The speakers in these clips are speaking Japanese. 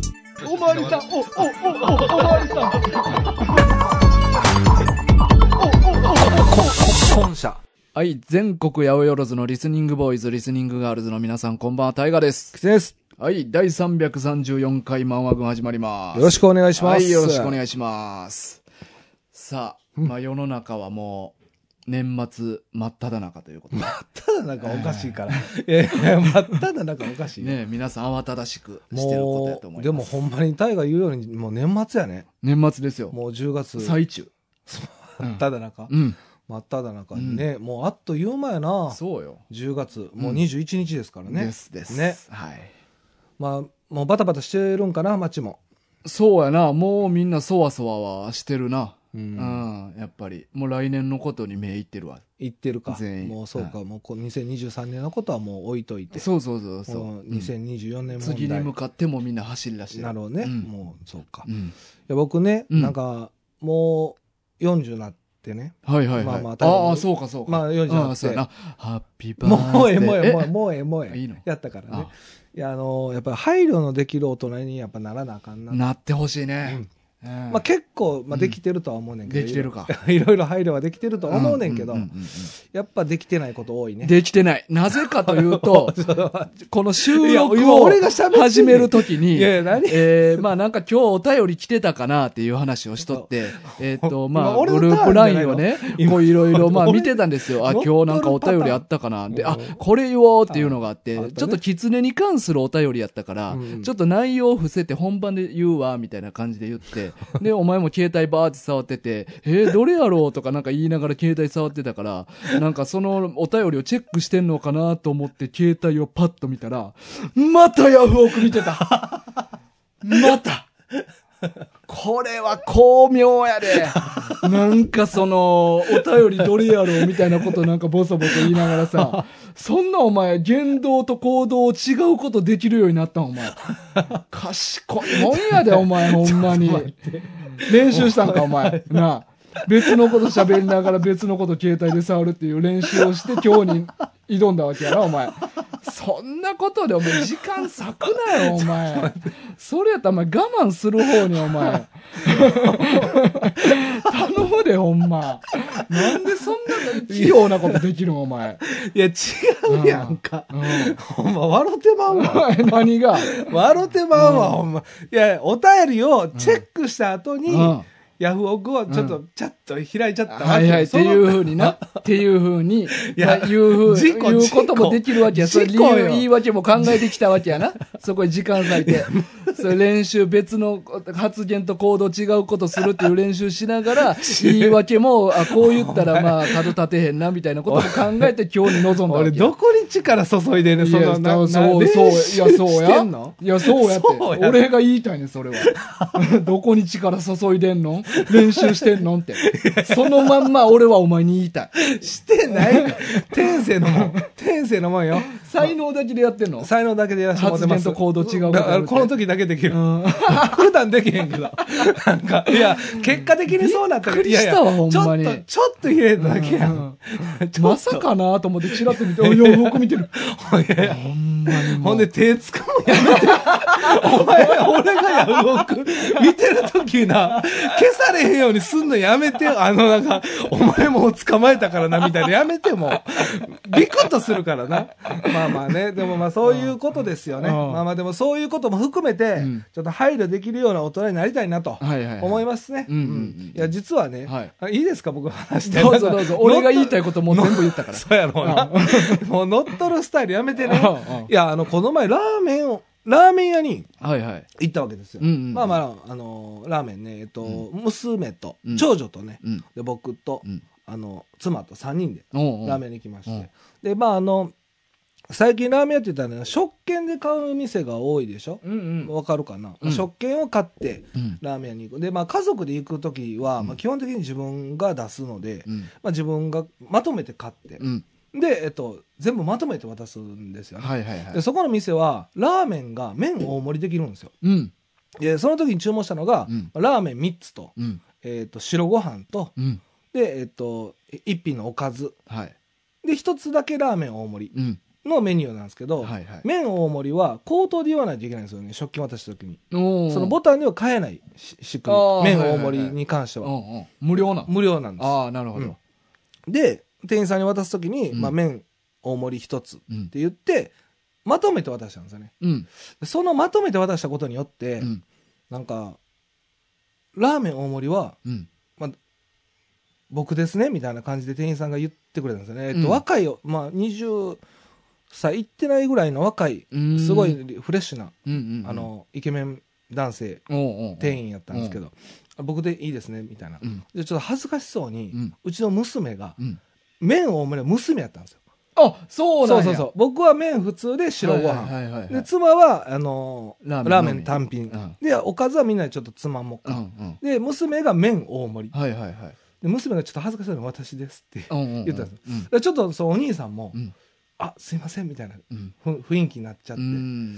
まりさん、お、お、お、お、おまりさん。本社。はい、全国八百万のリスニングボーイズ、リスニングガールズの皆さん、こんばんは、タイガです。キツネです。はい、第334回漫画群始まります。よろしくお願いします。はい、よろしくお願いします。さあ、まあ世の中はもう、年末真っ只中ということで、 ただなんかおかしいから。ええ、まただなんかおかしい。ね、皆さん慌ただしくしてることやも、と思いうます。でもほんまにタイが言うように、もう年末やね。年末ですよ。もう10月。最中。真っただ中。うん。真っただ中にね、もうあっという間やな。そうよ。 10月。もう21日ですからねで。すです。ね。はい。まあ、もうバタバタしてるんかな、街も。そうやな、もうみんなそわそわはしてるな。う。うんん、やっぱり。もう来年のことに目いってるわ。行ってるか。全員もうそうか、はもうこう2023年のことはもう置いといて。そうそうそうそう。もううん2024年問題。次に向かってもみんな走り出してなるほどね。うんもう、そうか。うん。いや僕ね、うんなんかもう40なってねはいはいはい。まあまあああ、そうかそうか。まあ40あなあ、っそうてやな。ハッピーバースデー。 もうええもうええもうえええもうええもうえいいえのやったからねあいやあのーやっぱり配慮のできる大人にやっぱならなあかんななってほしいね。うんままあ、結構、まあ、できてるとは思うねんけど、できてるか。 いろいろ配慮はできてるとは思うねんけど、うううんやっぱできてないこと多いうんね できてない。なぜかというと、この収いや録今を俺が喋ってんねん始めるときに、いやいや何えーまあなんか今日お便り来てたかなっていう話をしとって、えっと、まあ今俺のグループターンじゃない LINE のをね、今こういろいろまあ俺見てたんですよ。あ、乗っ取る今日なんかお便りあったかな。で、パあターン、これ言おうっていうのがあってああった、ねちょっと狐に関するお便りやったからうん、ちょっと内容を伏せて本番で言うわ、みたいな感じで言って、 で、お前も携帯バーって触ってて、えーどれやろうとかなんか言いながら携帯触ってたから、なんかそのお便りをチェックしてんのかなと思って携帯をパッと見たら、またヤフオク見てた またこれは巧妙 やで。 なんかその、お便りどれやろうみたいなことなんかボソボソ言いながらさ、そんなお前、言動と行動を違うことできるようになったん、お前。賢いもんやで、お前、ほんまに。練習したんか、お前。なあ。別のこと喋りながら別のこと携帯で触るっていう練習をして今日に挑んだわけやな、お前。そんなことでお前時間割くなよ、お前。それやったらお前我慢する方にお前。頼むで、ほんま。なんでそんな器用なことできるん、お前。いや違うやんか、うん ほんま笑うてまうおわ前何が。笑うてまうわ、ほんまいやお便りをチェックした後に、うんヤフオクをちょっとチャッと開いちゃったわけ、はいはい、っそてのいうふうにな、っていうふうに、やまあいうふう、事故いうこと事も故できるわけや。それ理事故由、よ言い訳も考えてきたわけやな。そこに時間割いて。それ練習、別の発言と行動違うことするっていう練習しなが ら、言い訳も、あ、こう言ったらまあ、角立てへんな、みたいなことも考えて今日に臨んだわけ俺や。どこに力注いでんねんいそやのなそうなそう、練習そう、いや、そうしてやんの。いや、そうやってそう。や俺が言いたいねん、それは。 どこに力注いでんの練習してんのって。そのまんま俺はお前に言いたい。してない 天性のもん天性のもんよ才能だけでやってんの才能だけでやらせてもらってます発言と行動違うことだからこの時だけできる、 普段できへんけどなんかいや結果的にそうなったけどびっくりしたわいやいやちほょっんまとにちょっと入れただけやん、ちょまっとさかなと思ってチラッと 見て、およく見てる。ほんまにもほうんで手つかむやめてお前俺がや動く見てる時な消されへんようにすんのやめてよあのなん かお前もう捕まえたからなみたいなやめてもうビクッとするからなまあまあねでもまあそういうことですよねうんまあまあでもそういうことも含めてんちょっと配慮できるような大人になりたいなとはいはいはい思いますねうんうんうんいや実はねはいあいいですか僕話してどうぞどうぞ。俺が言いたいこともう全部言った から。 そうやろうな。 もう乗っ取るスタイルやめてねうんうん。いや、あの、この前ラーメンを、ラーメン屋にはいはい。行ったわけですよ。うんうんまあまあ、あの、ラーメンね、えっと、娘とうん、長女とね、うん。で僕と、うんあの、妻と3人でおうおうラーメンに行きまして。うんで、まああの、最近ラーメン屋って言ったらね、食券で買う店が多いでしょうんうん。わかるかな、うん食券を買って、うんラーメン屋に行く。で、まあ家族で行くときは、まあ基本的に自分が出すので、うん。まあ自分がまとめて買って、うん。で、えっと、全部まとめて渡すんですよね、はいはいはでい。そこの店はラーメンが麺大盛りできるんですようん。でその時に注文したのが、うんラーメン3つと,、うん。えっと白ご飯とうん。で、えっと、1品のおかずはい。で1つだけラーメン大盛りうん。のメニューなんですけど、はいはい麺大盛りは口頭で言わないといけないんですよね食券渡した時におそのボタンでは買えないし仕組あみー麺はい大はいはい盛りに関しては、うんうん無料なの無料なんですああ、なるほど。で店員さんに渡す時に、うんまあ、麺大盛り一つっうん。て言ってまとめて渡したんですよねうん。そのまとめて渡したことによって、うん。なんかラーメン大盛りはうん。僕ですねみたいな感じで店員さんが言ってくれたんですよね、えっうんと、若いよ、まあ、20歳いってないぐらいの若いうんすごい、フレッシュな、うんうんうん、あ、のイケメン男性おうおう店員やったんですけど、僕でいいですねみたいな、うん。でちょっと恥ずかしそうに、ううんちの娘がうん。麺大盛りは娘やったんですよあ、そうなんそうそやうそう僕は麺普通で白ご飯、はいはいはいはい、で妻はあのーラーメンラーメン単品、うんでおかずはみんなでちょっとつまもううんうか、ん。で娘が麺大盛りはいはいはい。で娘がちょっと恥ずかしそうに私ですってうんうんうん、言ったんですうんでちょっとそのお兄さんも、うんあすいませんみたいなうん。ふ雰囲気になっちゃっうて、ん。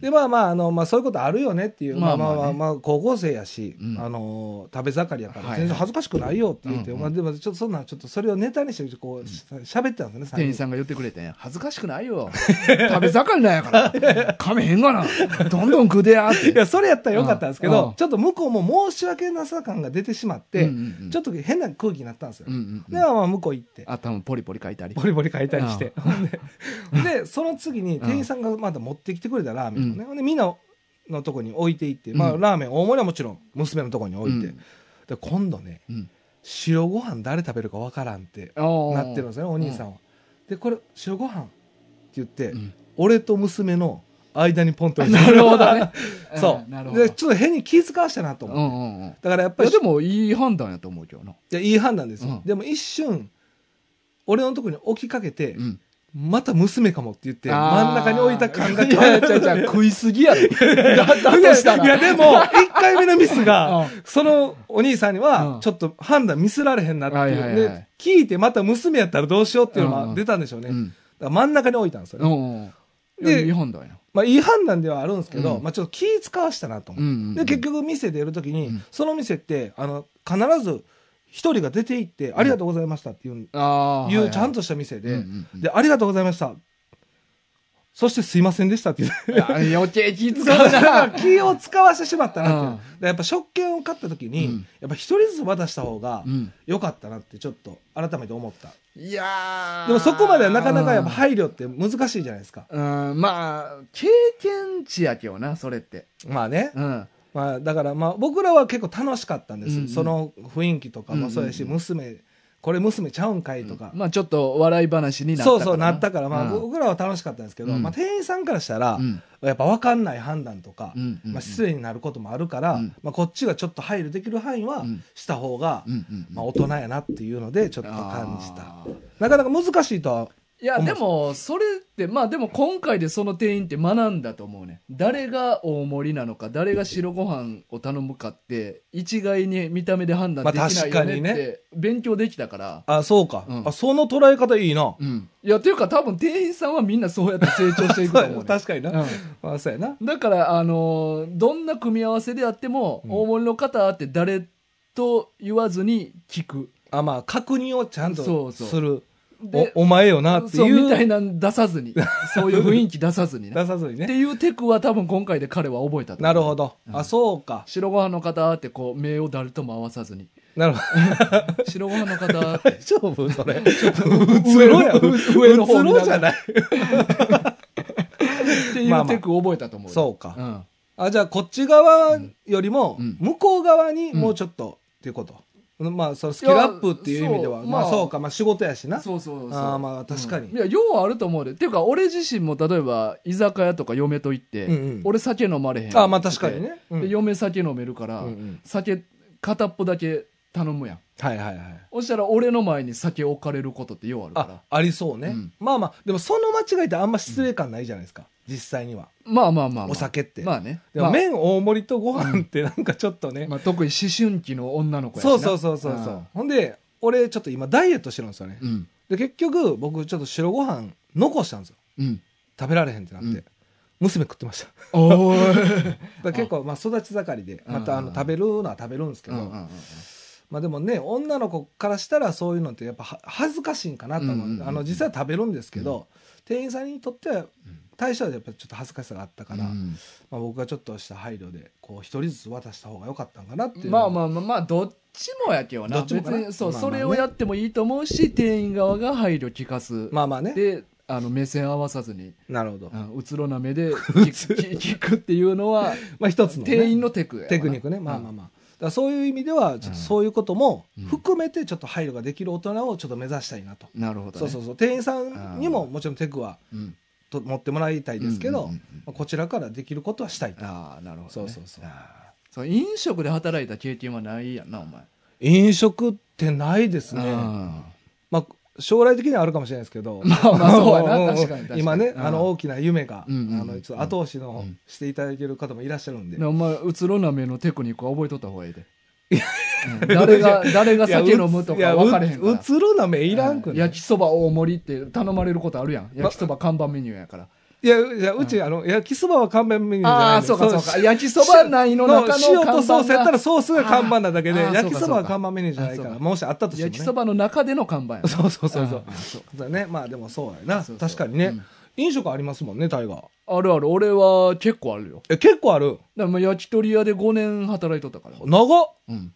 でまあまああの、まあ、そういうことあるよねっていう、ままああままああねまあ、まあ、高校生やし、うんあの食べ盛りやかはいはらい全然恥ずかしくないよって言って、うんうんまあ、でもちょっとそんなんちょっとそれをネタにしてこうししゃべってたんですね店員んさんが言ってくれてんや恥ずかしくないよ。食べ盛りなんやから。噛めへんがな。どんどん食うでやっいて。やそれやったらよかったんですけうんうんどちょっと向こうも申し訳なさ感が出てしまって、うんうんうんちょっと変な空気になったんですよ、うんうんうんでまあまあ向こう行って頭ポリポリ書いたり。ボリボリ書いたりしてほんで でその次に店員さんがまた持ってきてくれたラーメンをね、ほんでみんなのとこに置いていって、まあ、うんラーメン大盛りはもちろん娘のとこに置いて、うんで今度ねうん。白ご飯誰食べるかわからんってなってるんですよねお兄さんは、でこれ白ご飯って言って、うん俺と娘の間にポンと置いてなるほどね そうんなるうほどでちょっと変に気遣わしたなとうん思っうて、んうん。だからやっぱいりやでもいい判断やと思うけどな。いやいい判断ですよ、うんでも一瞬俺のとこに置きかけて、うん。また娘かもって言って、あー真ん中に置いた感覚いやいや、ちゃ うちゃう食いすぎやろ。だだいとしたやいやら。でも、1回目のミス うがん、そのお兄さんにうんは、ちょっと判断ミスられへんなってはいいはう。いはいで、聞いてまた娘やったらどうしようっていうのが出たんでしょうね。だうんから真ん中に置いたんですようね。んうん。でで、いい判断や。まあ、いい判断ではあるんですけど、うんまあ、ちょっと気使わしたなとうんう思んうっんて。で、結局店出るときうにん、その店って、あの、必ず、一人が出て行って、ありがとうございましたっていう、ああ。いうちゃんととした店うんでうん、うんで、ありがとうございました。そしてすいませんでしたっていう。 余計気使そうだうからな。気を使わしてしまったなっていううだんからやっぱ食券を買った時に、うんやっぱ一人ずつ渡した方がうん良かったなってちょっと改めて思った、いやーでもそこまではなかなかやっぱ配慮って難しいじゃないですか、うん、まあ、経験値やけどな、それって。まあね、うん。まあ、だからまあ僕らは結構楽しかったんです、うんうんその雰囲気とかもそうやし、うん娘これ娘ちゃうんかいとか、まあ、ちょっと笑い話になったそうそうなったから、まあ、うん僕らは楽しかったんですけど、うんまあ、店員さんからしたら、うんやっぱ分かんない判断とか、うんうんまあ、失礼になることもあるから、うんまあ、こっちがちょっと配慮できる範囲はうんした方が、うんうんうんまあ、大人やなっていうのでちょっと感じたあーなかなか難しいとはいや、でも、それって、まあでも今回でその店員って学んだと思うね。誰が大盛りなのか、誰が白ご飯を頼むかって、一概に見た目で判断できないまよあ確かねにっねて、勉強できたから。あそうか、うんあその捉え方いいな、うん。いや、というか多分店員さんはみんなそうやって成長していくとそう。思う、ね 確かにな、うんまあ、そうやなだから、あのーどんな組み合わせであっても、うん大盛りの方って誰と言わずに聞く。あまあ確認をちゃんとするそうそうでおお前よなってそう、いうみたいなん出さずに。そういう雰囲気出さずにね。出さずにっねていうテクは多分今回で彼は覚えたと思うなるほど、うんあそうか白ご飯の方ってこう、目を誰とも合わさ ずに。なるほど白ご飯の方って。大丈夫それ。うつろや。上の上の方うつろじゃない。っていうテクを覚えたと思う。そううか。ん。あ、じゃあこっち側よりもうん、向こう側にもうちょっと、っていうこと。まあ、そのスキルアップっていう意味でいやは、そうままああそうか、まあ仕事やしな。そうそうそう。あーまあ確かにうんいや、用はあると思うで。っていうか、俺自身も例えば、居酒屋とか嫁と行って、うんうん俺酒飲まれへん。あまあ確かにね。うんで嫁酒飲めるから、うんうん酒片っぽだけ頼むやんはいはいはい。そしたら俺の前に酒置かれることってようあるからあ、ありそうねうん。まあまあ、でもその間違いってあんま失礼感ないじゃないですか。実際には。まあまあまあ、まあ、お酒ってまあねでもまあ麺大盛りとご飯ってなんかちょっとね。まあ、特に思春期の女の子やしそなうそうそうそうそんう。ほんで、俺ちょっと今ダイエットしてるんですよね。うんで結局僕ちょっと白ご飯残したんですようん食べられへんってなって、うん娘食って ましただかおーいら結構まあ育ち盛りでまたあうのん食べるのは食べるんですけうど、んうんうんまあでもね、女の子からしたらそういうのってやっぱは恥ずかしいんかなと思う。うんうんうんあの、実際は食べるんですけど、店員さんにとっては、対象はやっぱちょっと恥ずかしさがあったから、うんまあ僕がちょっとした配慮で、こう一人ずつ渡した方が良かったんかなっていう。まあまあまあまあどっちもやけどなどっちもかな別にそう、まあまあねそれをやってもいいと思うし店員側が配慮聞かす、まあまあね。であの目線合わさずになるほどう。んうつろな目で聞く聞聞くっていうのはまあ一つの、ね。店員のテクやわなテクニックね。まあまあまあ。だからそういう意味では、ちょっとそういうことも含めてちょっと配慮ができる大人をちょっと目指したいなと。なるほど、ね、そうそうそう。店員さんにももちろんテクはうんと持ってもらいたいですけど、うんうんうんまあこちらからできることはしたいと。ああなるほど、ね、そうそうそうあーそう飲食で働いた経験はないやんなお前飲食ってないですね。うんまあ将来的にはあるかもしれないですけど。まあまあそう やんんなん確かに確かに今ね、うんあの大きな夢が、うんうんうんあのちょっと後押しのしていただける方もいらっしゃるんで。なお前うつろな目のテクニックは覚えとった方がいいで、うん誰が誰が酒飲むとか分かれへんからいやうつうつろな目いらんくうんね焼きそば大盛りって頼まれることあるやん焼きそば看板メニューやから、いや、いや、うち、あの、焼きそばは看板メニューじゃないあーそうかそうか焼きそば内の中のし塩看板とがソースやったらソースが看板なだけで、あーあー焼きそばそうかそうはか看板メニューじゃないかあら、そうもしあったとしても、ね。焼きそばの中での看板やなそうそうそうそうあーそうそうだね。まあでもそうやな。そうそう確かにね、うん飲食ありますもんね、タイガー。あるある俺は結構あるよえ、結構ある。だからまあ焼き鳥屋で5年働いとったから、長っうん、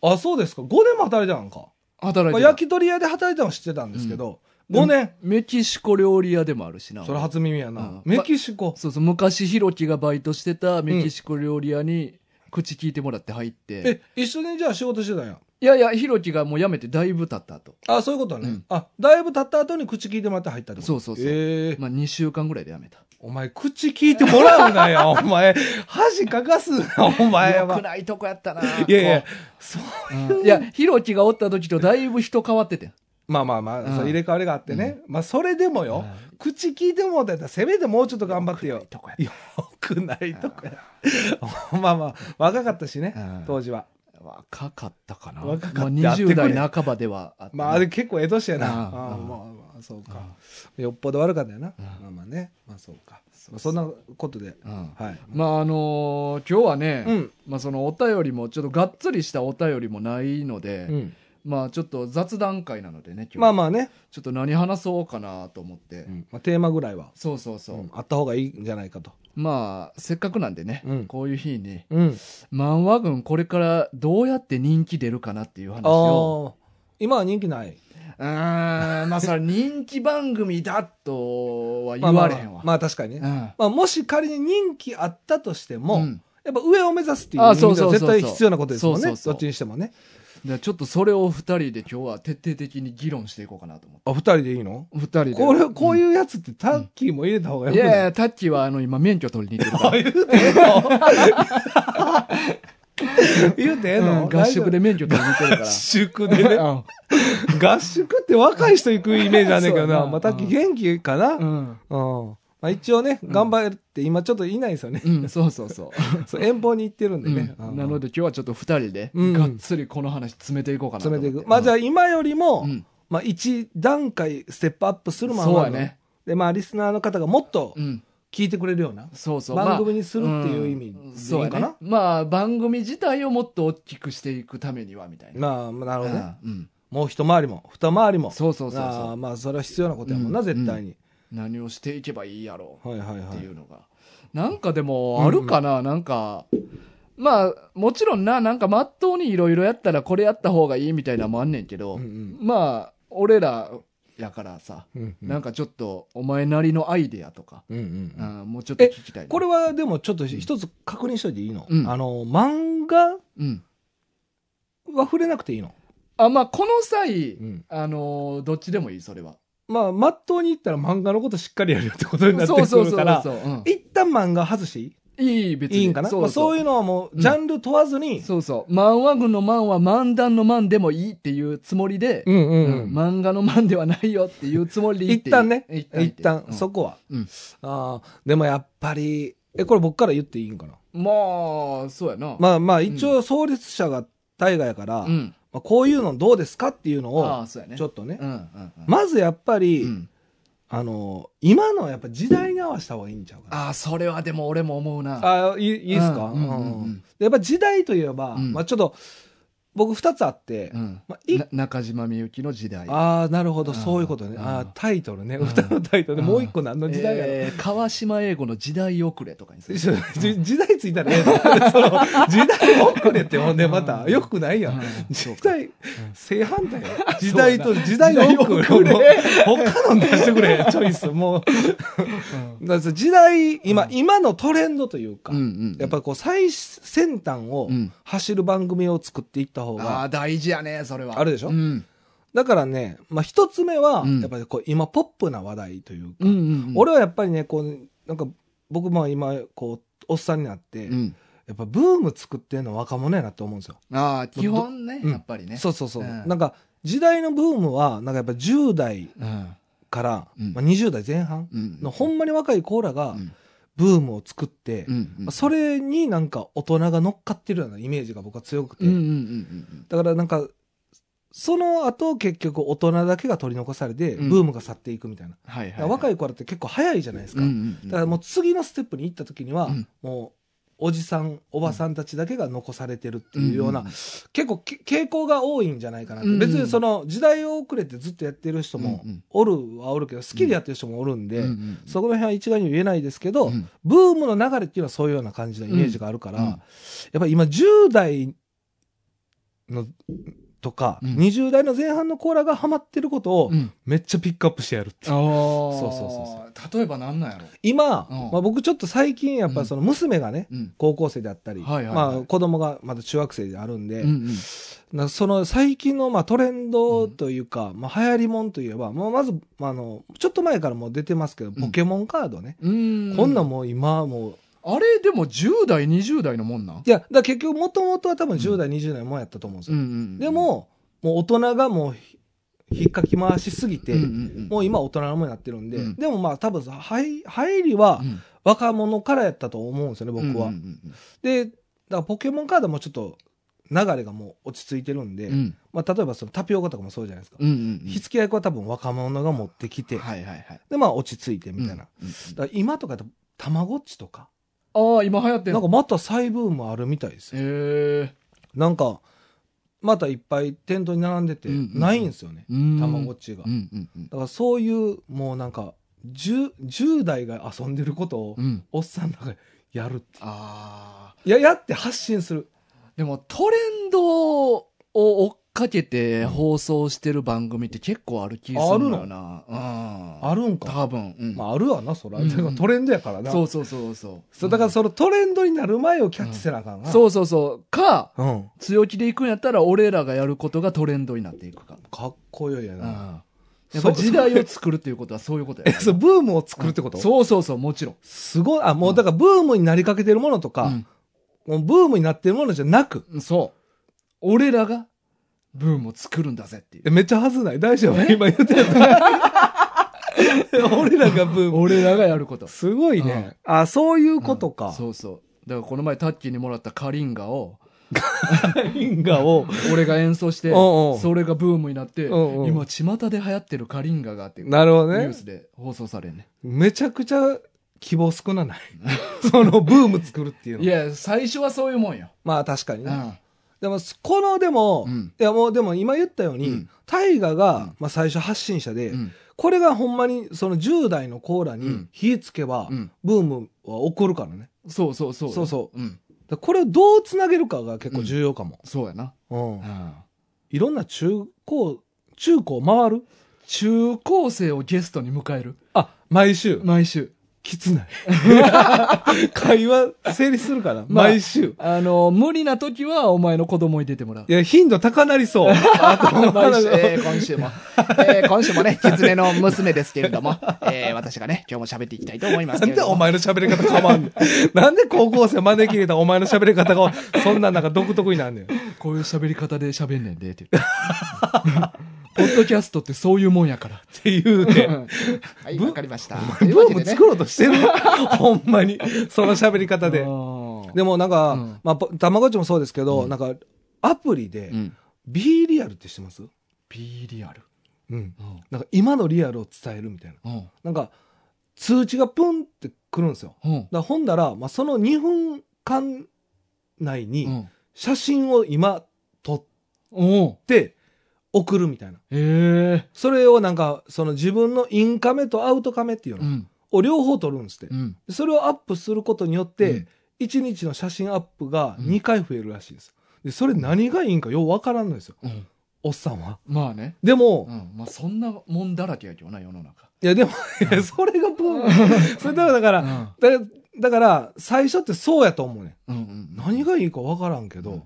あ、そうですか。5年も働いてたんか。働いまあ、てた焼き鳥屋で働いたのは知ってたんですけど、5年。メキシコ料理屋でもあるしなそれ初耳やな。うんメキシコ。そうそう昔ひろきがバイトしてたメキシコ料理屋に口聞いてもらって入って、え、一緒にじゃあ仕事してたんや。いやいやひろきがもう辞めてだいぶ経った後あ、そういうことね。うんあ、だいぶ経った後に口聞いてもらって入ったってことそうそうそうえーまあ2週間ぐらいで辞めたお前、口聞いてもらうな よ、お前。恥かかすな、お前良くは。ないとこやったない やいや、そう。うんいや、ひろきがおった時とだいぶ人変わっててん。まあまあまあ、うんそう入れ替わりがあってね。まあ、それでもよ、口聞いてもらったら、せめてもうちょっと頑張ってよ。こよくないとこや。まあまあ、若かったしねうん、当時は。若かったかな。若かったまあ、20あってく代れ半ばではあったなまあ、あれ結構江戸市やな。うんああうんまあまあ、そうか。よっぽど悪かったよな。まあまあね。まあそうか。まあそんなことで。うんはい。まああのー今日はね、うんまあ、そのお便りもちょっとがっつりしたお便りもないので、うんまあちょっと雑談会なのでね今日、まあまあね、ちょっと何話そうかなと思って、まあ、テーマぐらいは、そうそうそう、うんあった方がいいんじゃないかと。まあせっかくなんでね、うんこういう日にうん。漫画軍これからどうやって人気出るかなっていう話をああ、今は人気ない。うーんまあそれ人気番組だとは言われへんわ、まあ確かにね。うんまあもし仮に人気あったとしても、うんやっぱ上を目指すっていう意あ味そうでそはうそうそ絶う対必要なことですもんそうそね。うそうどっちにしてもね。でちょっとそれを二人で今日は徹底的に議論していこうかなと思ってあ、二人でいいの二人でこれ、こういうやつってタッキーも入れた方がよいくない、やいや、タッチはあの今免許取りに行ってる から。言うてえの 言うてええの、うん合宿で免許取りに行ってるか合ら。宿でね。うん合宿って若い人行くイメージあんねんけどそうな。やなまあタッキー元気かな、うん。うんまあ、一応ね、頑張って、今ちょっといないですよね。うん、そうそうそう。そう 遠方に行ってるんでね。ううんんなので今日はちょっと二人で、うんがっつりこの話詰めていこうかなと詰思めっていく。まあじゃあ今よりも、うんまあ一段階ステップアップするまそうまやねで、まあリスナーの方がもっとうん。聞いてくれるような。そうそう。番組にするっていう意味まあうんでいいそうやかなね。まあ、番組自体をもっと大きくしていくためには、みたいな。まあ、なるほどね。うんうんもう一回りも、二回りも。そうそうそうあそーう。まあそれは必要なことやもんな、うん絶対に。何をしていけばいいやろう。はいはいはっいて。いうのが、なんかでもあるかな、なんかまあもちろんななんかまっとうにいろいろやったらこれやった方がいいみたいなのもあんねんけど、うんうんまあ俺らやからさ、うんうんなんかちょっとお前なりのアイデアとか、うんうんうんうんもうちょっと聞きたいなこれはでもちょっと一つ確認しといていいの、うんあの、漫画うんは触れなくていいの、あまあこの際、うんあのーどっちでもいいそれはまあ、まっとうに言ったら漫画のことしっかりやるよってことになってくそうるそうそうそうから、うん一旦漫画外していいいい別にいいんかなそそううまあ、そう,、そういうのはもう、ジャンル問わずに、そうそう漫画軍の漫は漫談の漫でもいいっていうつもりで、んううん漫画の漫ではないよっていうつもりでいいって一旦ね、一一旦旦うんそこは。うんああでもやっぱり、え、これ僕から言っていいんかなまあそうやなまあまあ、一応創立者が大河やから、うんまあ、こういうのどうですかっていうのあをあ、そうやねちょっとね、うんうんうんまずやっぱり、うんあの、今のやっぱ時代に合わせた方がいいんちゃうかな。ああそれはでも俺も思うなあいいいいですか、うんうんうんうんでやっぱ時代といえば、うんまあ、ちょっと僕二つあって、うんまあいな中島みゆきの時代。ああ、なるほど、うんそういうことね。うんああ、タイトルね。歌のタイトルね。もう一個何の時代やろ。えー川島英語の時代遅れとかにする。ちょじ時代ついたらええの その時代遅れってほんでまた、よくないやん。うんそう時か代、正反対や時代と時代遅れ。時代遅他の出してくれ、チョイス。もう。だから時代、今、今のトレンドというかうんう、ん。やっぱこう最先端をうん走る番組を作っていった方あが、あ、大事やね、それは。あるでしょうん。だからね、まあ一つ目はう、んやっぱりこう今ポップな話題というかうん、うんうん。俺はやっぱりね、こう、なんか僕も今、こう、おっさんになって、うん。やっぱブーム作ってんの若者やなって思うんですよ。ああ、基本ね、うんやっぱりね。そうそうそう。うんなんか、時代のブームは、なんかやっぱ10代うん。から、うんまあ、20代前半うん。のほんまに若い子らがうんブームを作って、うんうん。まあそれになんか大人が乗っかってるようなイメージが僕は強くて、うんうんうんうんだからなんか、その後結局大人だけが取り残されて、うんブームが去っていくみたいな。うん。はいだはかい。ら若いい子らって結構早いじゃないですか。だかららもう次のステップに行った時には、うんもうおじさんおばさんたちだけが残されてるっていうような、んん結構け傾向が多いんじゃないかなって、うんうん別にその時代遅れてずっとやってる人もうんうんおるはおるけど好きでやってる人もおるんで、うんうんうんそこら辺は一概に言えないですけど、うんブームの流れっていうのはそういうような感じのイメージがあるから、うんうんやっぱり今10代のとか、うん20代の前半のコーラがハマってることをうんめっちゃピックアップしてやるっていうああそうそうそう例えばなんなんやろ今、うんまあ、僕ちょっと最近やっぱりその娘がね、うん高校生であったり、はいはいはいまあ、子供がまだ中学生であるんで、うんうんなその最近のまあトレンドというか、まあ、流行りもんといえば、まあ、まず、まあ、あのちょっと前からもう出てますけど、んポケモンカードね、うんこんなんもう今はもうあれでも10代20代のもんなんいやだから結局もともとは多分10代、20代もんやったと思うんですよ、んでももう大人がもうひ引っかき回しすぎて、うんうんうんもう今大人のもんになってるんで、うんでもまあ多分入入りはうん若者からやったと思うんですよね僕は、うんうんでだからポケモンカードもちょっと流れがもう落ち着いてるんで、うんうんまあ、例えばそのタピオカとかもそうじゃないですか、うんうんうん火付け役は多分若者が持ってきて、はいはいはいでまあ落ち着いてみたいな、うんうんだから今とかだとたまごっちとかああ今流行ってんなんかのまた再ブームあるみたいですよへえなんかまたいっぱい店頭に並んでてうんうんうんないんですよね、たまごっちが、うんうんうんだからそういうもうなんか 10, 10代が遊んでることをうんおっさんらがやるってああいややって発信するでもトレンドを追っかけて放送してる番組って結構ある気するんだよなうんあるんか、多分うんまあ、あるわなそら、うんうだんからトレンドやからなそうそうそうそうそうだからそのトレンドになる前をキャッチせなあかんな、そうそうそうかうん強気でいくんやったら俺らがやることがトレンドになっていくかかっこよいやうんな。やっぱそ時代を作るっていうことはそういうこと やえ、そう、ブームを 作るってこと、そうそうそうもちろんすごい、あ、もうだからブームになりかけてるものとか、もうブームになってるものじゃなく、うんそう俺らがブームを作るんだぜっていえうめっちゃはずない大丈夫今言ってたやつ。 俺らがブーム。俺らがやることすごいね。あ、そういうことうんか。そうそうだからこの前タッキーにもらったカリンガをリンガを。俺が演奏し ておうおうそれがブームになっておうおう今巷で流行ってるカリンガがっていうニなるほどュねー。スで放送されんねめちゃくちゃ希望少なない。 そのブーム作るっていういのは。や最初はそういうもんよまあ確かにうね。んでも、このでも、うんいやもうでも今言ったように、うんタイガが、うんまあ最初発信者で、うんこれがほんまにその10代のコーラうにん火つけば、うんブームは起こるからね。そうそうそうそうそううんだからこれをどうつなげるかが結構重要かも。そうやな。うん。うんいろんな中高、中高回る中高生をゲストに迎える。あ、毎週。毎週。きつない。 会話成立するかな、まあ毎週。あの、無理な時はお前の子供に出てもらうい。や、頻度高なり そう。あと毎週、えー今週も。えー今週 もね、狐の娘ですけれども、えー私がね、今日も喋っていきたいと思いますなけんれでども。お前の喋り方変わんねん。なんで高校生招き入れたお前の喋り方が、そんなんなんか独特になんねん。こういう喋り方で喋んねんで、って 言って。ポッドキャストってそういうもんやから。っていうて。はい、わかりました。ブというわけーでムね作ろうとしてる、ほんまに。その喋り方で。うんでもなんか、うんまあ、ぽたまごっちもそうですけど、なんか、アプリで、うん。 B リアルってしてます B リアル。うん。うんなんか、今のリアルを伝えるみたいな。うん。なんか、通知がプンってくるんですよ。うんだからほんだら、まあ、その2分間内うに、ん。写真を今、撮っおうで、送るみたいな。へえ。それをなんか、その自分のインカメとアウトカメっていううのん。を両方撮るんですってう。ん。それをアップすることによっうてん、 1日の写真アップがうん2回増えるらしいです。で、それ何がいいんかようわからんのですよ。うん。おっさんは。まあね。でも、うん。まあそんなもんだらけやけどな、世の中。いやでも、いやそれがブーム。 それだから、だから、うんだだから、最初ってそうやと思うねうんうん。ん。何がいいか分からんけど、うん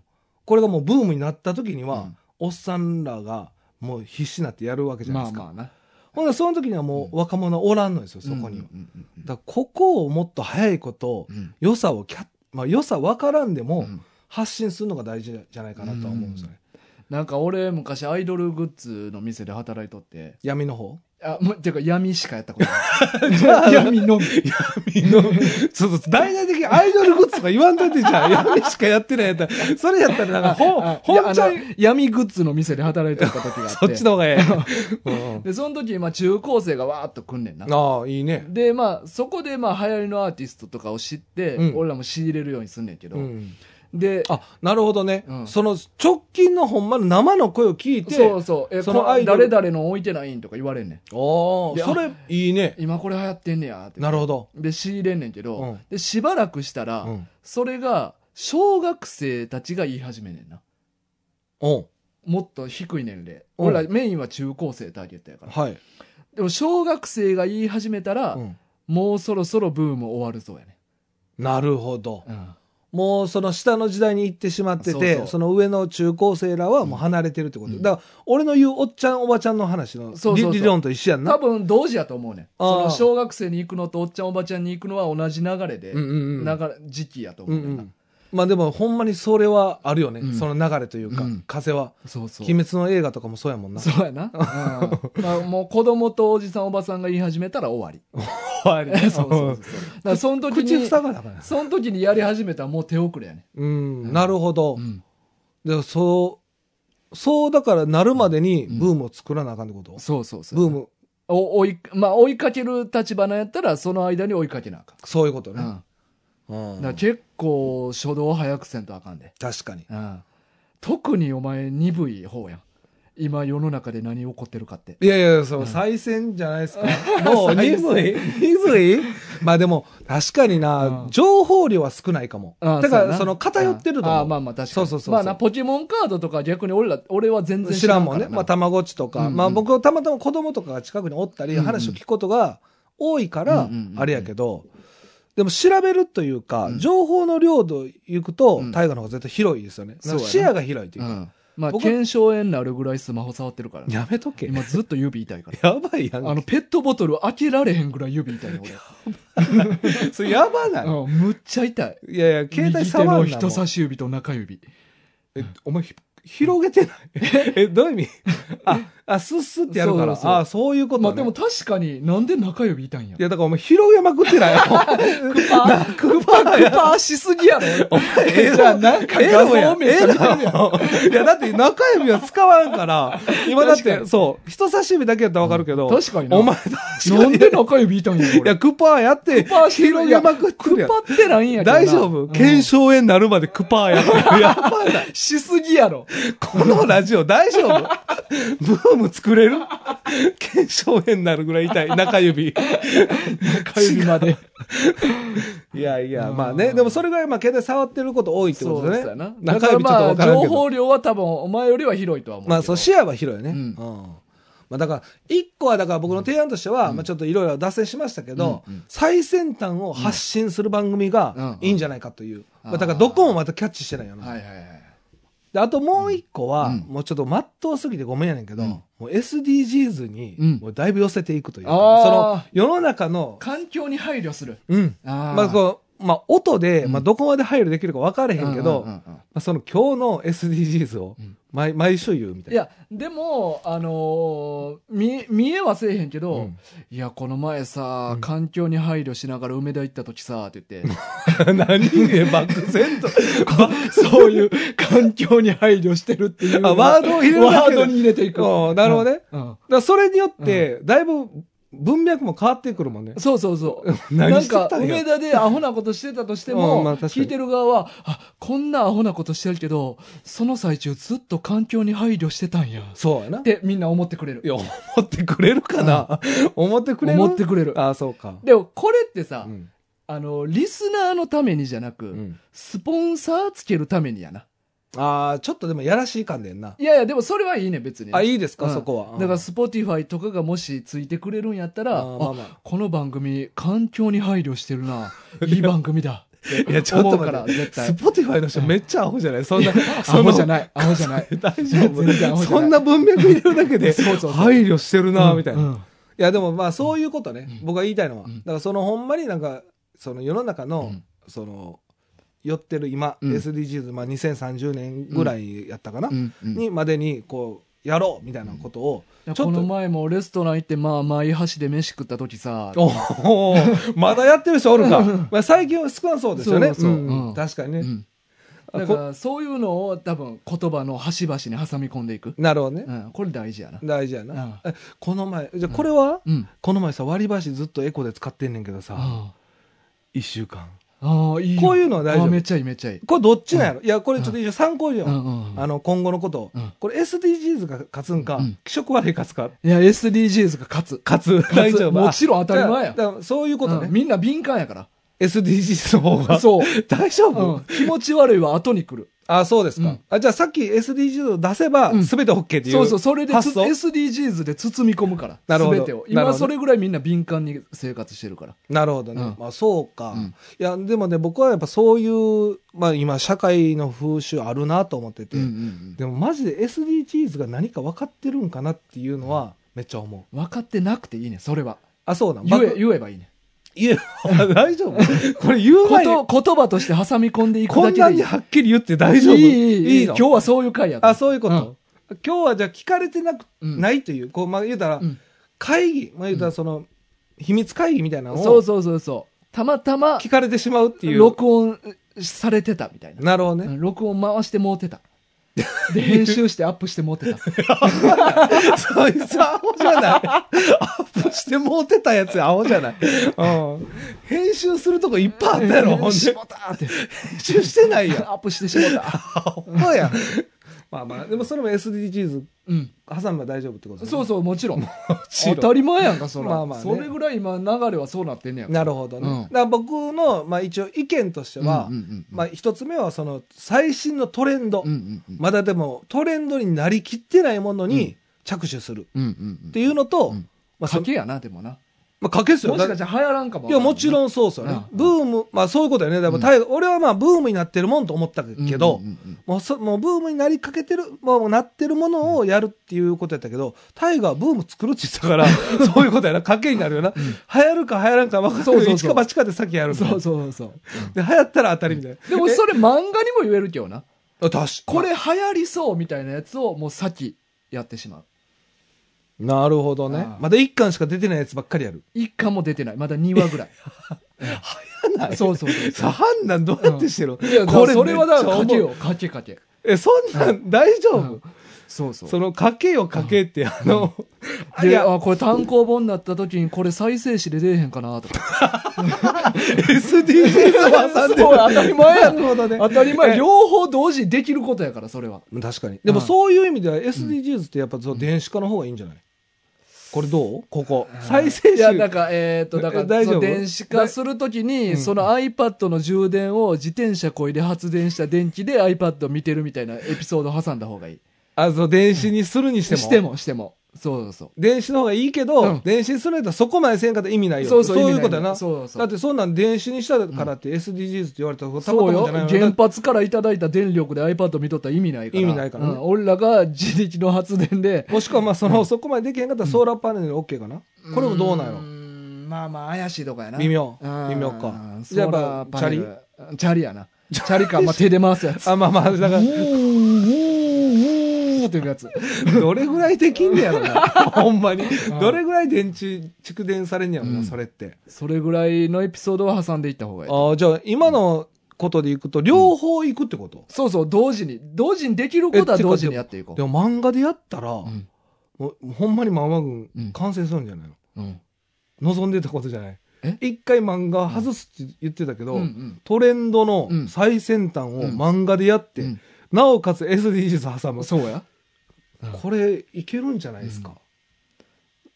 これがもうブームになった時には、うんおっさんらがもう必死になってやるわけじゃないまであすか。まあな。ほんならその時にはもう若者おらんのですよ、そこには。うんうんうんうん。だからここをもっと早いこと、うん良さをキャッまあ良さ分からんでうも、ん発信するのが大事じゃないかなとは思うんですよね。なんか俺昔アイドルグッズの店で働いとって、闇の方あ、もうてか闇しかやったこと ない。闇のみ。闇の、ちょっと大々的にアイドルグッズとか言わんといてじ ゃん。闇しかやってないやったら、それやったらなんか、ほん、あほんちゃいやんあの闇グッズの店で働いてた時があって。 そっちの方がええ。うんで、その時、まあ中高生がわーっと来んねんな。 ああ、いいね。で、まあそこでまあ流行りのアーティストとかを知って、うん俺らも仕入れるようにすんねんけど。うんで、あ、なるほどねう。んその直近のほんまの生の声を聞いて、そうそう。え、そこののアイドル誰々の置いてないんとか言われんねん。おいやそれいいね。今これ流行ってんねやって。なるほど。で、仕入れんねんけど、うんで、しばらくしたら、うん。それが、小学生たちが言い始めねんな。うんもっと低い年齢。うん俺らメインは中高生ターゲットやから。はい。でも小学生が言い始めたら、うんもうそろそろブーム終わるそうやね。なるほど。うん。もうその下の時代に行ってしまってそうそて、うその上の中高生らはもう離れてるってこと。うんだから、俺の言うおっちゃんおばちゃんの話のそうそうそう理理論と一緒やんな多。分同時やと思うねん。あーその小学生に行くのとおっちゃんおばちゃんに行くのは同じ流れで、うんうんうん流れ時期やとう思うねんうんな。ん。まあでも、ほんまにそれはあるよね。うんその流れというかうん、風は。そうそう。鬼滅の映画とかもそうやもんな。そうやな。うんまあ、もう子供とおじさんおばさんが言い始めたら終わり。終わり そうそうそうそう。 だからその時口に、塞がなあかんやんその時にやり始めたらもう手遅れやね。うん、なるほど。ん。でそう、そうだからなるまでにうんブームを作らなあかんってこと、そうそうそう。ブーム、お追い、まあ追いかける立場なんやったらその間に追いかけなあかん。そういうことうん。だね。かうんら結構初動早くせんとあかんで。確かに。うん。特にお前鈍い方やん。今世の中で何起こってるかって。いやいや、そうのん再選じゃないですか。 もう再鈍い鈍いまあでも、確かにな、うん情報量は少ないかも。ああだかうやら、なその偏ってると思ああう。まあまあ確かに。そうそうそうそうまあな、ポケモンカードとか逆に俺ら、俺は全然知らんもんね。からなまあ、たまごっちとか。うんうんまあ、僕はたまたま子供とかが近くにおったり、うんうん話を聞くことが多いかうらんうんうんう、んあれやけど、でも調べるというかう、ん情報の領土行くとう、ん大河の方が絶対広いですよね。そうやな視野が広いといううか。ん、まあ僕腱鞘炎になるぐらいスマホ触ってるからねやめとけ。や今ずっと指痛いからばいやんあのペットボトル開けられへんぐらい指痛いねけ。 それやばない。俺、うん、むっちゃ痛いいやいや、携帯触んなもん右手の人差し指と中指え、お前ひ、広げてないえ、どういう意味あ、あ、スッスッってやるから。そうそうそうあ、そういうことね。まあでも確かになんで中指痛いんやいや、だからお前広げまくって ない。あクパクパしすぎやろえじゃあなんか画像めっちゃ似てるやんいや、だって中指は使わんから、今だっ確かて、そう、人差し指だけやったらわかるけど、 確かになお前、確かに。なんで中指痛いんやいや、俺クパーやって、クパーしすぎ広げまくってるやクパって ないんやん。けどな大丈夫うん検証炎なるまでクパーやってる。やばいな。しすぎやろこのラジオ大丈 夫ブーム作れる検証炎になるぐらい痛い。中指。中指までいやいや、うんまあね。でもそれぐらい、まあ、携帯触ってること多いってこそとでうですすよなね。だ中から指とかまわあからん情けど。報量は多分お前よりは広いとは思うけどまあ、そう、視野は広いよね。ううんん。まあ、だから、一個は、だから僕の提案としては、まあ、ちょっといろいろ脱線しましたけど、うんうん最先端を発信する番組がうんいいんじゃないかという。あーまあ、だから、どこもまたキャッチしてないよな。はいはいはいであともう一個は、うんもうちょっとまっとうすぎてごめんやねんけど、うんもう SDGs に、うんもうだいぶ寄せていくというか、そのあ、世の中の、環境に配慮する。うん。あまあ、こう、まあ、音で、うんまあ、どこまで配慮できるか分からへうんけど、うんうんまうんあ、その今日の SDGs をうん毎、毎週言うみたいいな。や、でも、あのー見、見えはせえへんけど、いや、この前さ、うん環境に配慮しながら梅田行った時さ、って言って、 何え、漠然と。そういう環境に配慮してるっていう。あワードを入れるだけでワードに入れていく。うんなるほどね。だかうん。らそれによって、だいぶ、文脈も変わってくるもんね。そうそうそう。な 何んしてたんやか、梅田でアホなことしてたとしても、うんまあ確かに聞いてる側は、あ、こんなアホなことしてるけど、その最中ずっと環境に配慮してたんや。っそうやな。いてみんな思ってくれる。や、思ってくれるかな思ってくれる思ってくれる。あ、そうか。でも、これってさ、うん。あの、リスナーのためにじゃなく、うんスポンサーつけるためにやな。あーちょっとでもやらしい感でんな。いやいや、でもそれはいいね、別にね、あ、いいですか、うんそこは。だから、スポティファイとかがもしついてくれるんやったら、あーまあまああこの番組、環境に配慮してる な。いい番組だ。いや、ちょっと思うから待って。絶対スポティファイの人めっちゃアホじゃないそんな、アそホのじゃない。アホじゃない。 大丈夫全然アホじゃないそんな文脈入れるだけで、そうそうそう配慮してるな、みたいな。うんいうんや、でもまあ、そういうことね。僕が言いたいのは。うんだから、その、ほんまになんか、その世の中うのん、その、寄ってる今、うん SDGs、まあ、2030年ぐらいやったかなう。んうんに、までに、こう、やろうみたいなことを、いやちょこっのと、前もレストラン行って、まあ、マイ箸で飯食った時さ、おーまだやってる人おるか。まあ、最近は少なそうですよね。そうそううんうん確かにうね。んあだこからそういうのを多分言葉の端々に挟み込んでいく、なるほどねう。ん、これ大事やな、大事やうな。んえこの前、じゃあこれはうん、この前さ、割り箸ずっとエコで使ってんねんけどさ、あ1週間。あいいよこういうのは大丈夫あめっちゃいいめっちゃいい、これどっちなんやろいや、これちょっと一応参考にうんよ。うんうんあの、今後のことをうん。これ SDGs が勝つんかうん、気色悪い勝つか。いや SDGs が勝つ勝つ。大 丈夫。もちろん当たり前やあじゃあだからそういうことうんね。みんな敏感 やか SDGs の方らが。そう、大丈う夫ん、気持ち悪いは後に来るあ、そうですうかん。あ、じゃあさっき SDGs を出せばうん全て OK っていう。そうそうそれでつ発想 SDGs で包み込むからなるほど全てをなるほ今どそれぐらいみんな敏感に生活してるからなるほどね。うんまあそうか、うんいや、でもね、僕はやっぱそういう、まあ今社会の風習あるなと思ってて、うんでもマジで SDGs が何か分かってるんかなっていうのはめっちゃ思う。うん、分かってなくていいねそれはあ、そうなん言えば言えばいいね言え 大丈夫これ言う こ前に、と言葉として挟み込んでいくこだんけでないいにはっきり言って大丈夫いいいいいいの今日はそういう回やからあ、そういうこと、今日はじゃあ聞かれてなく、うんないという、こう、まあ言うたら、うん会議、まあ言うたらその、秘密会議みたいなのそうをそうそうそうたまたま聞かれてしまうっていう。録音されてたみたいななるほどね。うん録音回してもう てたで編集してアップしてもうてた そいつアホじゃない。アップしてもうてたやつアホじゃない。うん。編集するとこいっぱいあったやろ、ほんで。し編もたーって集してないやん。アップしてし もたアホやん。まあまあ、でもそれも SDGs うん挟めば大丈夫ってことねそうそうもちろんちろん当たり前やんかそら、まあまあねそれぐらい今流れはそうなってんねやからなるほどね。うんだから僕の、まあ一応意見としては、うんうんうんまあ一つ目はその最新のトレンド。うんうんうんまだでもトレンドになりきってないものに着手するうんうんうんっていうのと、うんまあそ賭けやなでもなまあ賭けっすよ。もしかしたら流行らんかもいや、もちろんんそうそうねああ。ブーム、まあそういうことよね。だから大俺はまあブームになってるもんと思ったけど、うんうんうんもうそもうブームになりかけてる、もうなってるものをやるっていうことやったけど、タイガーはブーム作るって言ってた から、そういうことやな。賭けになるよな。流行るか流行らんか分かそんうなそうい。そう一か八かで先やるみたいそなうそうそうで、流行ったら当たりみたいな。でもそれ漫画にも言えるけどなえあ確かこれ流行りそうみたいなやつをもう先やってしまうなるほどねああ。まだ一巻しか出てないやつばっかりやる。一巻も出てないまだ2話ぐらい 流行らない。そうそうそうさ、判断どうやってしてる、いやこれそれはだからめっちゃ賭思けうよ賭け賭けえ、そんなん大丈夫、うんそうそうその賭けよ賭けって、あの、いで、や、あ、これ単行本になった時にこれ再生紙で出えへんかなと か。 SDGs を挟んでる。そう当たり前やなるほどね。 当たり前、え両方同時にできることやから、それは。確かに。でもうんそういう意味では SDGs ってやっぱそう電子化の方がいいんじゃないこれどうここ。再生いや、紙。なんか、えーっと、だかえら、大丈そ夫の電子化するときに、その iPad の充電を自転車こいで発電した電気で iPad を見てるみたいなエピソードを挟んだ方がいい。あ、そう、電子にするにしても。しても、しても。そうそうそう。電子の方がいいけうどん、電子にするんやったらそこまでせんかったら意味ないよ。そうそうそう意い味うことないやな。そうそうだってそんなん電子にしたからって SDGs って言われたらたまそたまうよじゃない。原発からいただいた電力で iPad 見とったら意味ないから。意味ないからねうん俺らが自力の発電で。もしくはまあその、そこまでできへんかったらソーラーパネルで OK かな。これもどうなんやろーんまあまあ怪しいとこやな微妙うん微妙かじじゃゃああややっっぱぱチャリチャリやなチャリか、まあ、手で回すや つあ、まあまあ、だから、ーっていうやつどれぐらいできんねやろ な。ほんまに。どれぐらい電池、蓄電されんねやろうな、んそれって。それぐらいのエピソードは挟んでいった方がいいああ、じゃあ今のことでいくと、両方いくってこと、そうそう同時に同時にできることはえてか同時にやっていこでも漫画でやったら、う、うんもうほんまにママ軍うん完成するんじゃないの、うん望んでたことじゃないえ。一回漫画外すって言ってたけど、うんうんトレンドのうん最先端を漫画でやって、うんなおかつ SDGs 挟む。そうや。これ、いけるんじゃないですか。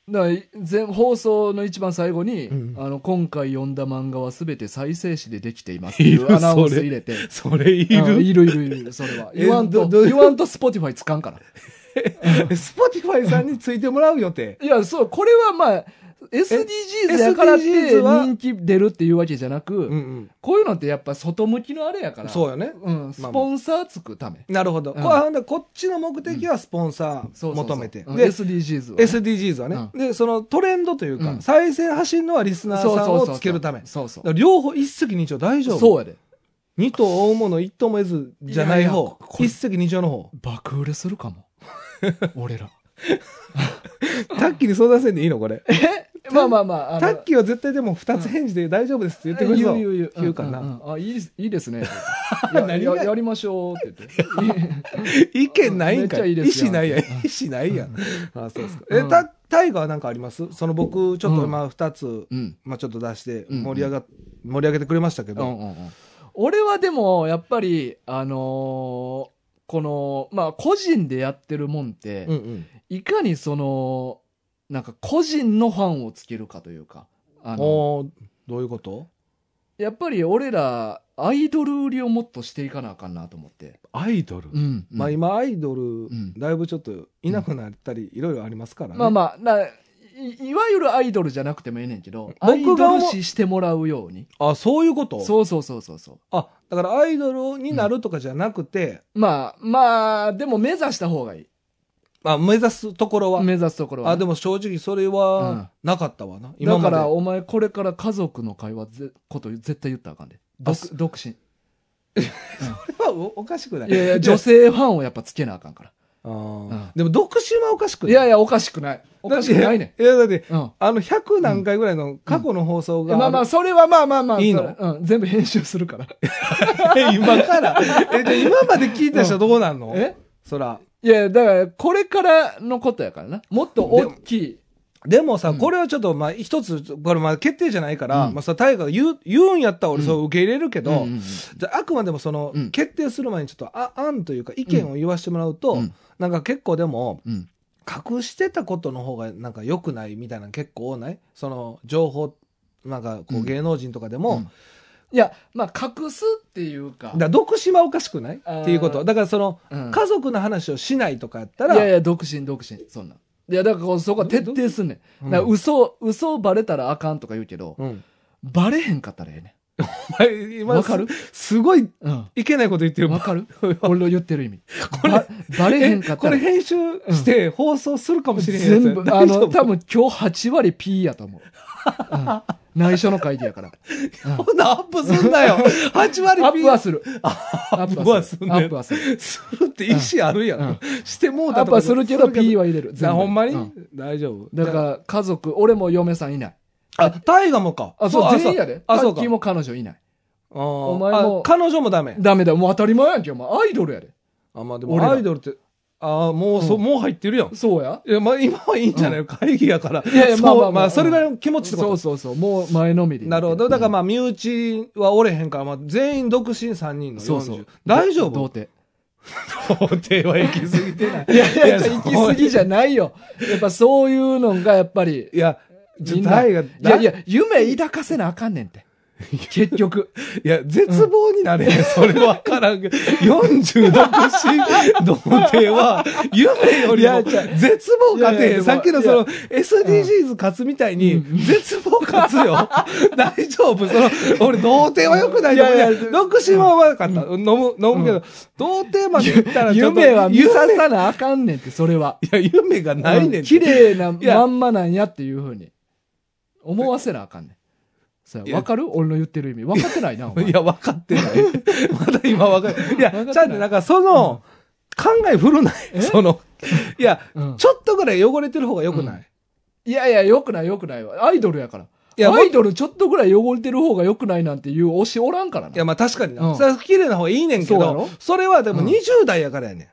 だからい全放送の一番最後に、うんあの今回読んだ漫画は全て再生紙でできていますっていうアナウンス入れて。それいうんる。いるいるいる、それは。え言わんと、どどういう言わんと Spotify つかんから。 スポティファイさんについてもらう予定。いや、そう、これはまあ、SDGs やからって SDGs は人気出るっていうわけじゃなく、うんうん。こういうのってやっぱ外向きのあれやから、そうよね。うん、スポンサーつくため。なるほど。うんこあほんでこっちの目的はスポンサそーうそうそ求うめて。うんで、 SDGs は。 SDGs はね。で、そのトレンドといううか、ん再生発信のはリスナーさんをつけるため。だかそうそうそらう。両方一石二鳥大丈夫そうやで。二頭追うもの一頭も得ずじゃないいやいや方。こ一石二鳥の方。爆売れする かも。俺ら。タッキーに相談せんでいいのこれ。まあまあまあ。あのタッキーは絶対でも二つ返事で大丈夫ですって言ってくれるぞ。言う言う言う言うかんな。んうんあいいですいい ですねいや何やがやりましょうって言って意見ないんかい。めっちゃいいです意よ思ないやん。意思ないやん。あ、そうですか。うえ、んタタイガーはなんかありますその僕、ちょっとまあ二つ、 うんまあちょっと出してうん盛り上が、盛り上げてくれましたけうど。んうんうん俺はでもやっぱりあのーこのまあ個人でやってるもんって、うんうん。いかにそのなんか個人のファンをつけるかというかあのおーどういうことやっぱり俺らアイドル売りをもっとしていかなあかんなと思って、アイドルうんまあ今アイドルん、だいぶちょっといなくなったり、いろいろありますからね。まあまあないいわゆるアイドルじゃなくてもええねんけどアイ僕ドが思うル視してもらうようにあ、そういうことそうそうそうそうそうあ、だからアイドルになるとかじゃなくて、まあまあでも目指した方がいいまあ目指すところは。目指すところはね、あ、でも正直それはなかったわな。今だまかで。らお前これから家族の会話ぜこと絶対言ったらあかんで独そ独身それはおおかしくないいやいや女性ファンをやっぱつけなあかんからあーうんでも独身はおかしくないいやいやおかしくないおかしくないねん。いや、だって、んうんあの、100何回ぐらいの過去の放送が、まあまあ、それはまあまあまあ。いいのそれうん、全部編集するから。今から。え、じゃあ今まで聞いた人どうなんのえそら。いや、だから、これからのことやからな。もっと大きい。でもさ、うんこれはちょっと、まあ、一つ、これまあ決定じゃないから、うんまあさ、大河が言う、言うんやったら俺そう受け入れるけど、うんうんうんじゃあ、あくまでもその、うん決定する前にちょっと、あ、案というか意見を言わせてもらうと、うんなんか結構でも、うん隠してたことの方がなんか良くないみたいなの結構多ないその、情報、なんかこううん芸能人とかでも、うんいや、まあ、隠すっていうか。だから独身はおかしくないあーっていうこと。だからその、うん家族の話をしないとかやったら、いやいや、独身、独身。そんなん。いや、だからこうそこは徹底すんねん。うんだから嘘、嘘バレたらあかんとか言うけど、うん。バレへんかったらええねお前今わかるすすごい、ん。うん。いけないこと言ってる。わかる 俺の言ってる意味。ばバレへんかえったこられ。編集して放送するかもしれへんやつ全部、あ大丈の、夫多分今日8割 P やと思う。うん内緒の会議やから。うんほなアップすんな よ !8 割アップは P する。アアッッププははすすんる。ねアップはする。するって意思あるやん。うんしてもアうたとップかはするけど P は入れる。なほんまに、う大丈夫。だから家族、俺も嫁さんいない。ら、あ、大河もか。あ、そう、全員やで。あ、そうタかッキー。も彼女いない。おお前も彼女もダメ。ダメだよ、もう当たり前やんけ、お前。アイドルやで。あ、まあで俺もらアイドルって、あーもう、そうんもう入ってるやん。そうやいや、まあ今はいいんじゃない、会議やから。いやいやそうまあまあまあうんそれぐらいの気持ちってことそうそうそう、もう前のめり。なるほど。だからまあ、身内はおれへんから、まあ、全員独身3人の40。そうそう。大丈童夫貞。童貞は行き過ぎてない。いやいや、いや行き過ぎじゃないよ。やっぱそういうのがやっぱり。 いや、ちょみんな大いが、やいや、や、夢抱かせなあかんねんって。結局。いや、絶望になれへん。それわからんけど。40独身、童貞は、夢よりも、絶望勝いやいてやへでん。もさっきのその、SDGs 勝つみたいにう、絶望勝つ よ。大丈夫。その、俺、童貞は良くないと思ういやねいや独身は悪かった。飲む、飲むけど、童貞まで行ったらちょっと、夢は見許さされさなあかんねんって、それは。いや、夢がないねん綺て。麗ないやまんまなんやっていうふうに。思わせなあかんねん。そういややわかる俺の言ってる意味。わかってないな、お前。 いや、分かってない。まだ今分かっていや、分かってないちゃんとなんかその、考え古ない。えそ の、いや、うんちょっとぐらい汚れてる方が良くない、いやいや、よくないよくないわ。アイドルやから。いやアイドルちょっとぐらい汚れてる方がよくないなんていう推しおらんからいな。や、いまあ確かにな。うんそれは綺麗な方がいいねんけそうやどろ、それはでもうん20代や からやね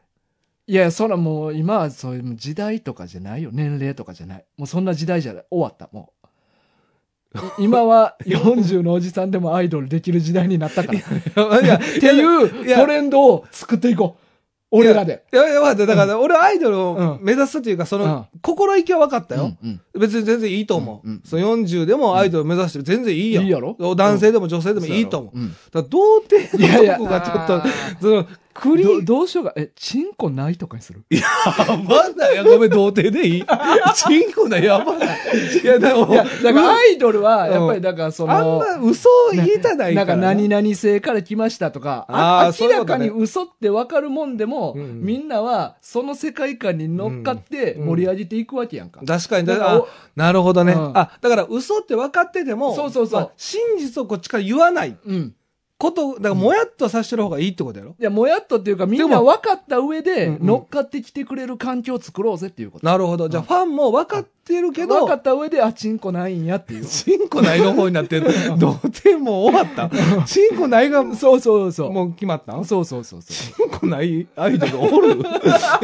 ん。や、そらもう今はそういう時代とかじゃないよ。年齢とかじゃない。もうそんな時代じゃない。終わった、もい今は40のおじさんでもアイドルできる時代になったから。っいや、っていういやトレンドを作っていこう。俺らで。いや、いや、わかった。だから、俺はアイドルを目指すというか、その、心意気は分かったよ。うんうん別に全然いいと思う。うんうんその40でもアイドル目指して全然いいやんいいやろ男性でも女性でもいいと思う。うんだから童貞いやいのやとこがちょっとあー、その、クリどーどうしようか。え、チンコないとかにするいやばない。や、ごめん、童貞でいい チンコだ、やばない。いや、だから、や、だからアイドルは、やっぱうんりだからそあの、んま嘘を言いたないなか、んから何々性から来ましたとか、あーあそう明いうらことかねに嘘ってわかるもんでも、うんうんみんなはその世界観に乗っかってうん盛り上げていくわけやんか。確かに、だだかかららあおなるほどね、うんあ、だから嘘って分かってても、そうそうそうまあ真実をこっちから言わないうん。こと、だからもやっとさせてる方がいいってことやろ、いや、もやっとっていうか、みんでなも分かった上で、うんうん乗っかってきてくれる環境を作ろうぜっていうこと。なるほど。じゃあ、ファンも分かってるけ分かど、った上で、あ、チンコないんやっていう。チンコないの方にな ってる。童貞もう終わった。チンコないが、もそうそうそう。う決まったんチそうそうそうそ う。ンコないアイドルおるい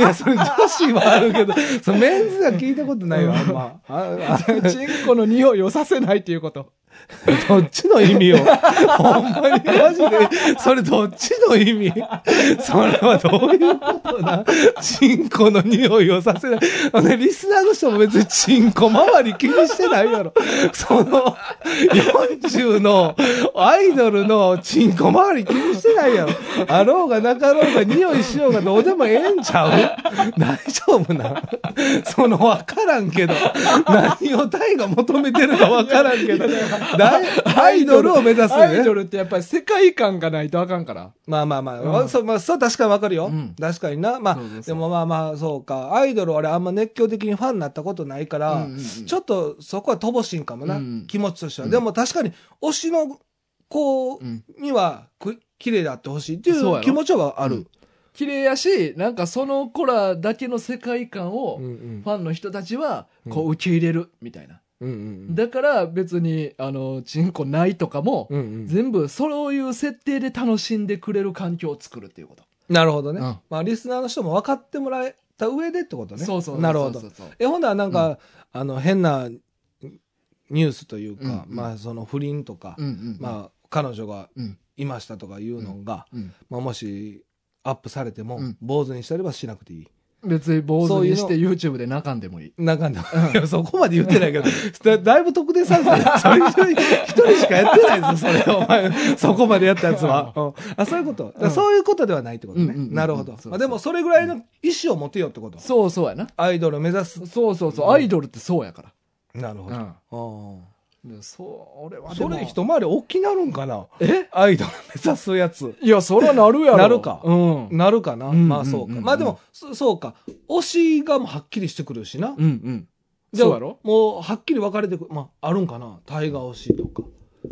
や、それ女子はあるけど、そのメンズは聞いたことないわ、あんま。ああチンコの匂いをさせないっていうこと。どっちの意味をほんまにマジで。それどっちの意味それはどういうことなチンコの匂いをさせない。あのねリスナーの人も別にチンコ周り気にしてないやろ。その、40のアイドルのチンコ周り気にしてないやろ。あろうがなかろうが匂いしようがどうでもええんちゃう大丈夫なその、わからんけど。何をタイが求めてるかわからんけど。だい アイドルを目指すアイねド。ルってやっぱり世界観がないとあかんから。まあまあまあ、そう、まあ、そう確かにわかるよ、うん確かにな。まあ、そうそうそうでもまあまあ、そうか。アイドル俺あんま熱狂的にファンになったことないから、うんうんうんちょっとそこは乏しいんかもな、うんうん気持ちとしては。でも確かに、推しの子うんにはく、綺麗であってほしいっていそうやうろ気持ちはある。綺麗やし、なんかその子らだけの世界観を、うんうんファンの人たちは、こう受け入れる、みたいな。うんうんだから別に、あの、チンコないとかも、うんうん全部そういう設定で楽しんでくれる環境を作るっていうこと。なるほどね、うんまあ、リスナーの人も分かってもらえた上でってことね。そうそうそうそうなるほどそう。そうそうえ、ほんならなんか、あの、変なニュースというか、うんうんまあ、その不倫とか、うんうん。あ、まあ、彼女がうんいましたとかいうのが、うん。まあ、もし、アップされても、うん坊主にしたればしなくていい。別に坊主にしそうて YouTube で泣かんでもいい。なんかね、いやそこまで言ってないけど、だだいぶ特定されて る。それ一人一人しかやってないですよ、それ。お前、そこまでやったやつは。うんあ、そういうこと。だからそういうことではないってことうんうんうんね。うんなるほどそう。そうまあ、でも、それぐらいの意思を持てよってこと。そうそうやな。アイドルを目指す。そうそうそう。アイドルってそうやかなるほど。ら。あうん。でそう、俺あはでそもれ一回り大きなるんかなえアイドル目指すやつ。いや、そらなるやろ。なるかうん。うんなるかな、うんまあそうか。うんまあでも、そそうか。推しがもうはっきりしてくるしな。うん。じゃそうあやろもうはっきり分かれてくる。まああるんかなタイガー推しとか、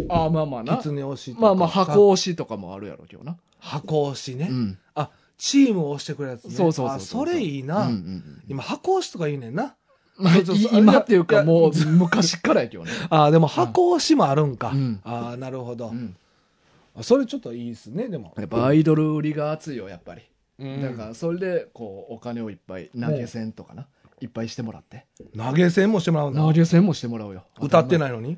ああ、まあまあなキツ。ネ推しとか。まあまあ、箱推しとかもあるやろ、今日な。箱推しね。うん。あ、チームを推してくるやつね。そうそうそうあ、それいいな。うんうんうん今、箱推しとか言うねんな。まあ、そうそうそうい今っていういかやもう昔からやけどね。あ、でも箱推しもあるんか。うんああ、なるほど、 うんあそれちょっといいですね、でも。やっぱアイドル売りが熱いよ、やっぱり。うんだから、それで、こう、お金をいっぱい投げ銭とかな。いっぱいしてもらって。投げ銭もしてもらうんだ投。げ銭もしてもらうよ。歌ってい。ないのに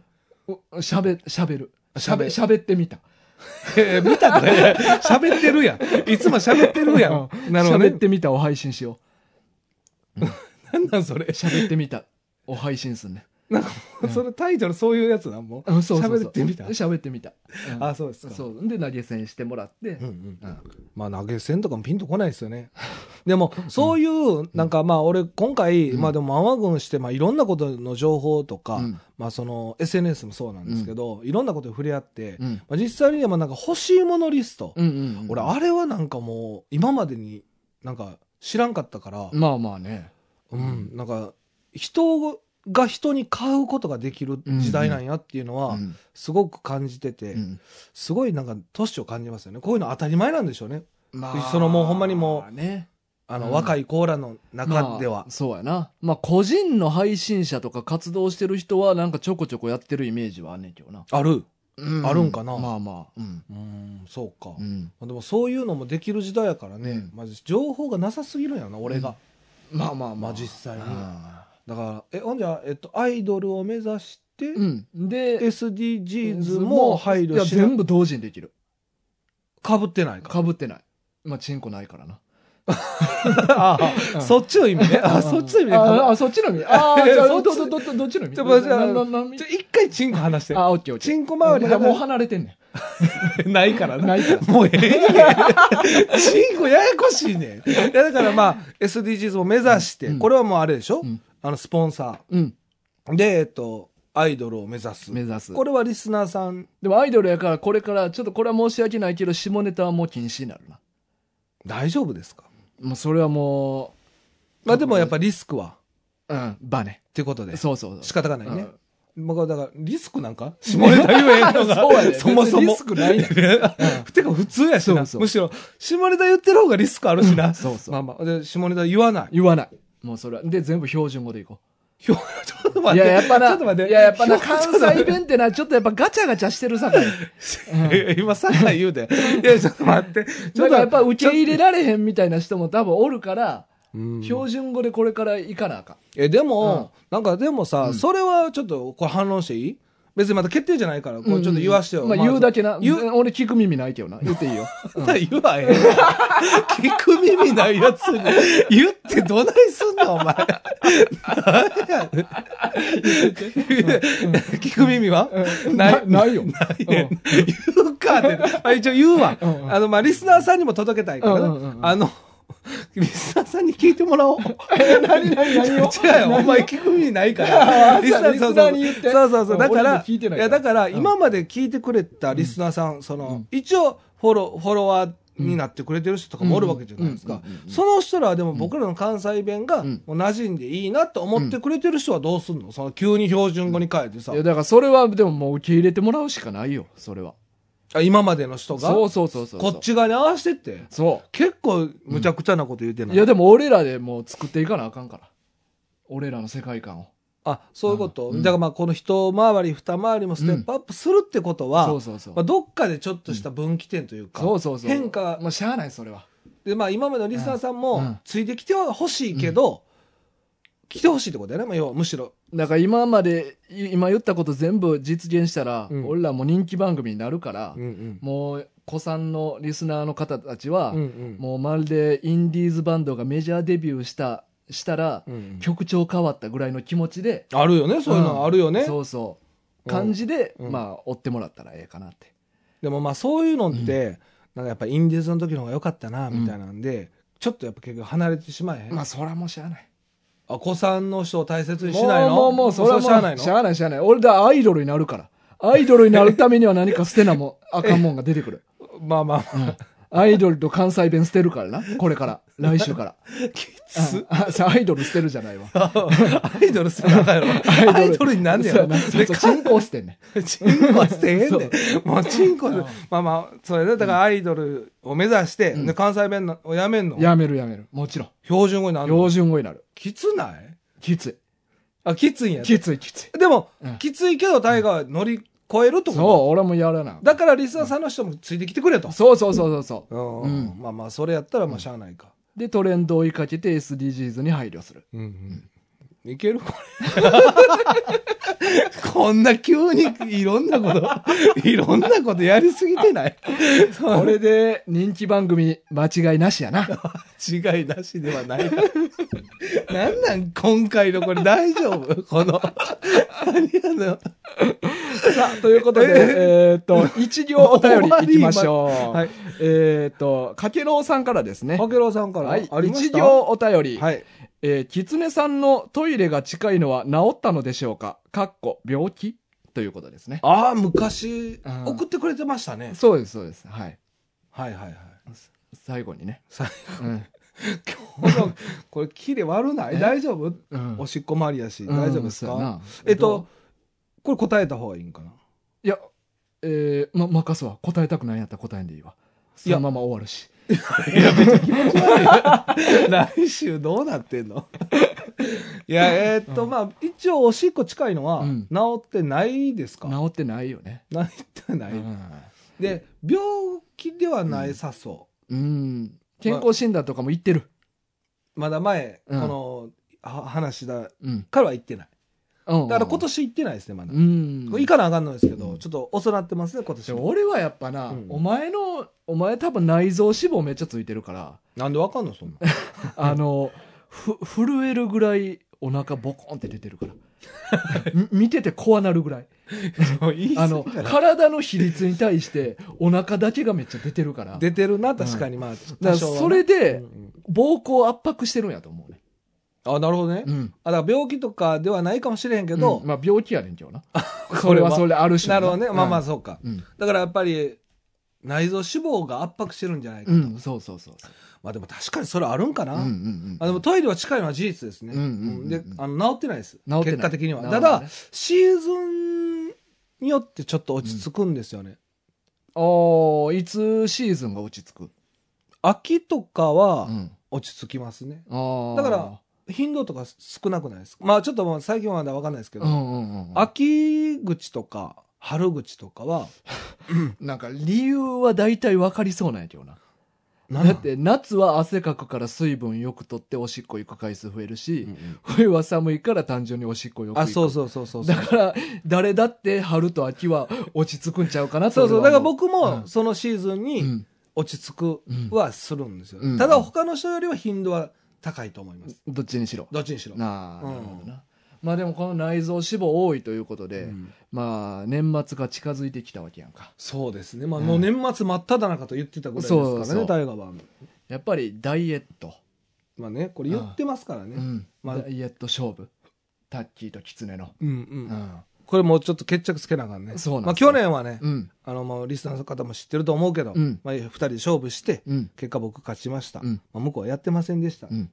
しゃべ、しゃべる。しゃ喋べ、しゃべってみた。えー見たくない。喋ってるやん。いつも喋ってるやん。なるほどしゃべっね。てみたを配信しよなんなんそれう。。しゃべってみたを配信すんね。なんか、それタイトルそういうやつなんもうんそうそうそう喋ってみた。しゃべってみた。うんあ、そうですか。そう。で、投げ銭してもらってう。んうん。うんまあ投げ銭とかもピンとこないですよね。でも、そういう、なんかまあ俺今回、まあでもママ軍して、まあいろんなことの情報とかうん、まあその SNS もそうなんですけど、いろんなことに触れ合ってう、ん。まあ実際にでもなんか欲しいものリストう。んうんうん。俺あれはなんかもう今までになんか知らんかったから、まあまあね。うん、なんか人が人に買うことができる時代なんやっていうのうはんすごく感じてて、うんすごいなんか年を感じますよねこういうの当たり前なんでしょうねまあ、そのもうほんまにもう、ね、あの、うん若いコーラの中ではまあ、そうやな。まあ、個人の配信者とか活動してる人は、なんかちょこちょこやってるイメージはあんねんけどな。あ、るうあるんかなまあまあ。うん。うんそうか、うんでもそういうのもできる時代やからね、うんまあ情報がなさすぎるんやな俺が、まあまあまあ。まあ実際にあだからえほんじゃえっとアイドルを目指して、うん。で、 SDGs も配慮しいや全な部同時にできる。かぶってないか。かぶってない。まあ、チンコない からな。ああそっちの意味ね。あ、そっちの意味ねああ、そっちの意味。ああ、いやじゃあそっど、ちど、ど、どどっちの意味ちょまじゃあなななちょ一回チンコ話して。あ、オッケーオッケー。チンコ周りだからもうが離れてんねないからん。な。ないから。もうええねん チンコややこしいねん。いや、だからまあ、SDGs を目指して、うんこれはもうあれでしょ、うんあの、スポンサうん。ー。で、えっと、アイドルを目指す。目指す。これはリスナーさんでもアイドルやから、これから、ちょっとこれは申し訳ないけど、下ネタはもう禁止になるな。大丈夫ですかもうそれはもまあでもやっぱリスクは、っう、うん、バネ。ていうことで。そうそうそう。仕方がないね。うん僕はだから、リスクなんか下ネタ言えへんのが、そうやね。そもそ別にもリ。スクないねん。てか普通やしな。そうそうむしろ、下ネタ言ってる方がリスクあるしな。そうそうまあまあ、で下ネタ言わない。言わない。もうそれは。で、全部標準語でいこひょちょっとう。い待っや、て。やっぱちょな、っと待って。いや、やっぱな、ひょ関 西弁ってな、ちょっとやっぱガチャガチャしてるさかい。え今さら言うで。いや、ちょっと待って。ちょだっからやっと、ぱ受け入れられへんみたいな人も多分おるから、うん標準語でこれから行かなあかん。え、でも、なんかでもさ、それはちょっと、これ反論していい別にまた決定じゃないから、こうちょっと言わしてよ。まあ言うだけな。言う俺聞く耳ないけどな。言って いいよ。言わへん。聞く耳ないやつに言ってどないすんのお前。なんやねん聞く耳はない。なないよないねん言うかって。まあ一応言うわ。あの、まあリスナーさんにも届けたいからうんうんうんな。あの、リスナーさんに聞いてもらおう。何何何を違うよ、お前聞く耳ないから。 リスナーそうそうリスナーに言ってそうそうそう。だか俺らも、聞いてないからやだから、今まで聞いてくれたリスナーさん、その、一応、フォロー、フォロワーになってくれてる人とかもおるわけじゃないですうかんうんうんうん。その人らはでも僕らの関西弁が、んもう馴染んでいいなと思ってくれてる人はどうすんのその急に標準語に変えてさいや、。だからそれはでももう受け入れてもらうしかないよ。それは。あ今までの人が、そうそうそうそう。こっ。ち側に合わせてって。そ結構、むちゃくちゃなこと言うてう。ないいや、でも俺らでもう作っていかなあかんから。俺らの世界観を。あ、そういうこと。うんだからまあ、この一回り二回りもステップアップするってことは、そうそうそうまあ、。どっかでちょっとした分岐点というか、そうそうそう。変化まあ、しゃあない、それは。で、まあ、今までのリスナーさんうもんついてきてはほしいけど、来てほしいってことだよね、まあ、要はむしろだから今まで、い今言ったこと全部実現したら、うん俺らも人気番組になるから、んもう、子さんのリスナーの方たちは、うんうんもうまるでインディーズバンドがメジャーデビューした、したら、うん曲調変わったぐらいの気持ちで、あるよねそういうのはあるよね、そうそう。感じで、うんまあ、追ってもらったらええかなって。でもまあそういうのって、なんかやっぱインディーズの時の方が良かったなみたいなんで、ちょっとやっぱ結局離れてしまえへん、まあ、そらもうしゃあない。あ子さんの人を大切にしもうないのもうもう、それはもう、しゃあないのしゃあない、しゃあない。俺だ、アイドルになるから。アイドルになるためには何か捨てなもん、あかんもんが出て くる。まあまあ、まあ、アイドルと関西弁捨てるからな。これから。来 週から。き つああさアイドル捨てるじゃないわ。アイドルするなか やろ アイドルになんねやそうろやなそうでそうチンコを捨てんねチンコしてへんで。もうチンコで。まあまあ、それで、だからアイドルを目指して、で関西弁のをやめんのん。やめるやめる。もちろん。標準語になんの標準語になる。きつないきつあ、きついんい。や。きついきつい。でもうん、きついけど大河は乗り越えるってそう、こ俺もやらなと。。だからリスナーさんの人もついてきてくれと。そうそうそうそうそうう。うんん。まあまあ、それやったらまあしゃあないか。で、トレンドを追いかけて SDGs に配慮する。うんうん。いけるこれ。 こんな急にいろんなこと、いろんなことやりすぎて ないこれで人気番組間違いなしやな。間違いなしではない。なんなん今回のこれ大丈夫この。何やさあ、ということで、えーっと、一行お 便り行きましょう。はいえーっと、かけろうさんからですねの。。かけろうさんから。はいあ。りまし一た行お便り。はい。えー、キツネさんのトイレが近いのは治ったのでしょうかかっこ、病気ということですね。ああ、昔うん、送ってくれてましたね。そうです、そうです。はい。はいはいはい。最後にね。最うん。後の、これ、キレ悪ないえ大丈夫うんおしっこもありやし、大丈夫ですうんそうやかなえっと、これ答えた方がいいんか ないや、えー、ま、任すわ。答えたくないんやったら答えんでいいわ。そいやのまま終わるし。来週どうなってんのいや、えーっと、まあ、一応、おしっこ近いのはうん、治ってないですか、治ってないよね。ないってない、うんで病気ではないさそうん。健康診断とかも行ってる。う、まだ前、うんこのは話だうん。からは言ってないあうんうんだから今年行ってないですね、まだう。ん行かなあかんのですけど、うんちょっと遅なってますね、今で年も俺はやっぱな、うんお前のお前多分内臓脂肪めっちゃついて るからなんでわかんの、そんな。あのふ震えるぐらいお腹ボコンって出てるから み見てて怖なるぐらいあの体の比率に対してお腹だけがめっちゃ出てるからだか出てるな、確かに、まあ、ら多少はなそれうでん膀胱を圧迫してるんやと思うね、あ、なるほどね。うんあ、だから病気とかではないかもしれへんけど、うんまあ、病気やねんけどな そこれれははそれであるしなるほどね。まあまあ、そそうか。うん、だからやっぱり、内臓脂肪が圧迫してるんじゃないかうと。ん、そうそうそうそうまあでも確かにそれあるんかな。うんうんあうでんもトイレは近いのは事実ですね。うんうんうんで、あの、治ってないです。治ってない結果的には。なるたほどだね、シーズンによってちょっと落ち着くんですよね。おーいつシーズンが落ち着く、秋とかうはん、落ち着きますね。あだから頻度とか少なくないですかまあちょっともう最近はまだわかんないですけど、うんうんうんうん、秋口とか春口とかは、なんか理由は大体わかりそうなんやけどな。なんなんだって夏は汗かくから水分よくとっておしっこ行く回数増えるし、うんうん冬は寒いから単純におしっこよく行あ、く。そうそうそうそうそうだ。から誰だって春と秋は落ち着くんちゃうかなそうそう。だから僕うもんそのシーズンに、うにん落ち着くはするんですよ。うんただ他の人よりは頻度は高いと思います。どっちにしろ。どっちにしろ。なあ、うんなるほどな。まあでもこの内臓脂肪多いということで、うんまあ年末が近づいてきたわけやんか。そうですね。まあ、うんもう年末真っ只中と言ってたぐらいですからね、そうそう大河は。やっぱりダイエット。まあね、これ言ってますからね。うんまあダイエット勝負。タッキーとキツネの。うん、うん、うんこれもうちょっと決着つけなあかんね。そうなんまあですよ去年はね、うん。あの、もうリスナーの方も知ってると思うけど、うんまあ二人で勝負して、うん。結果僕勝ちました。うんまあ向こうはやってませんでした。うん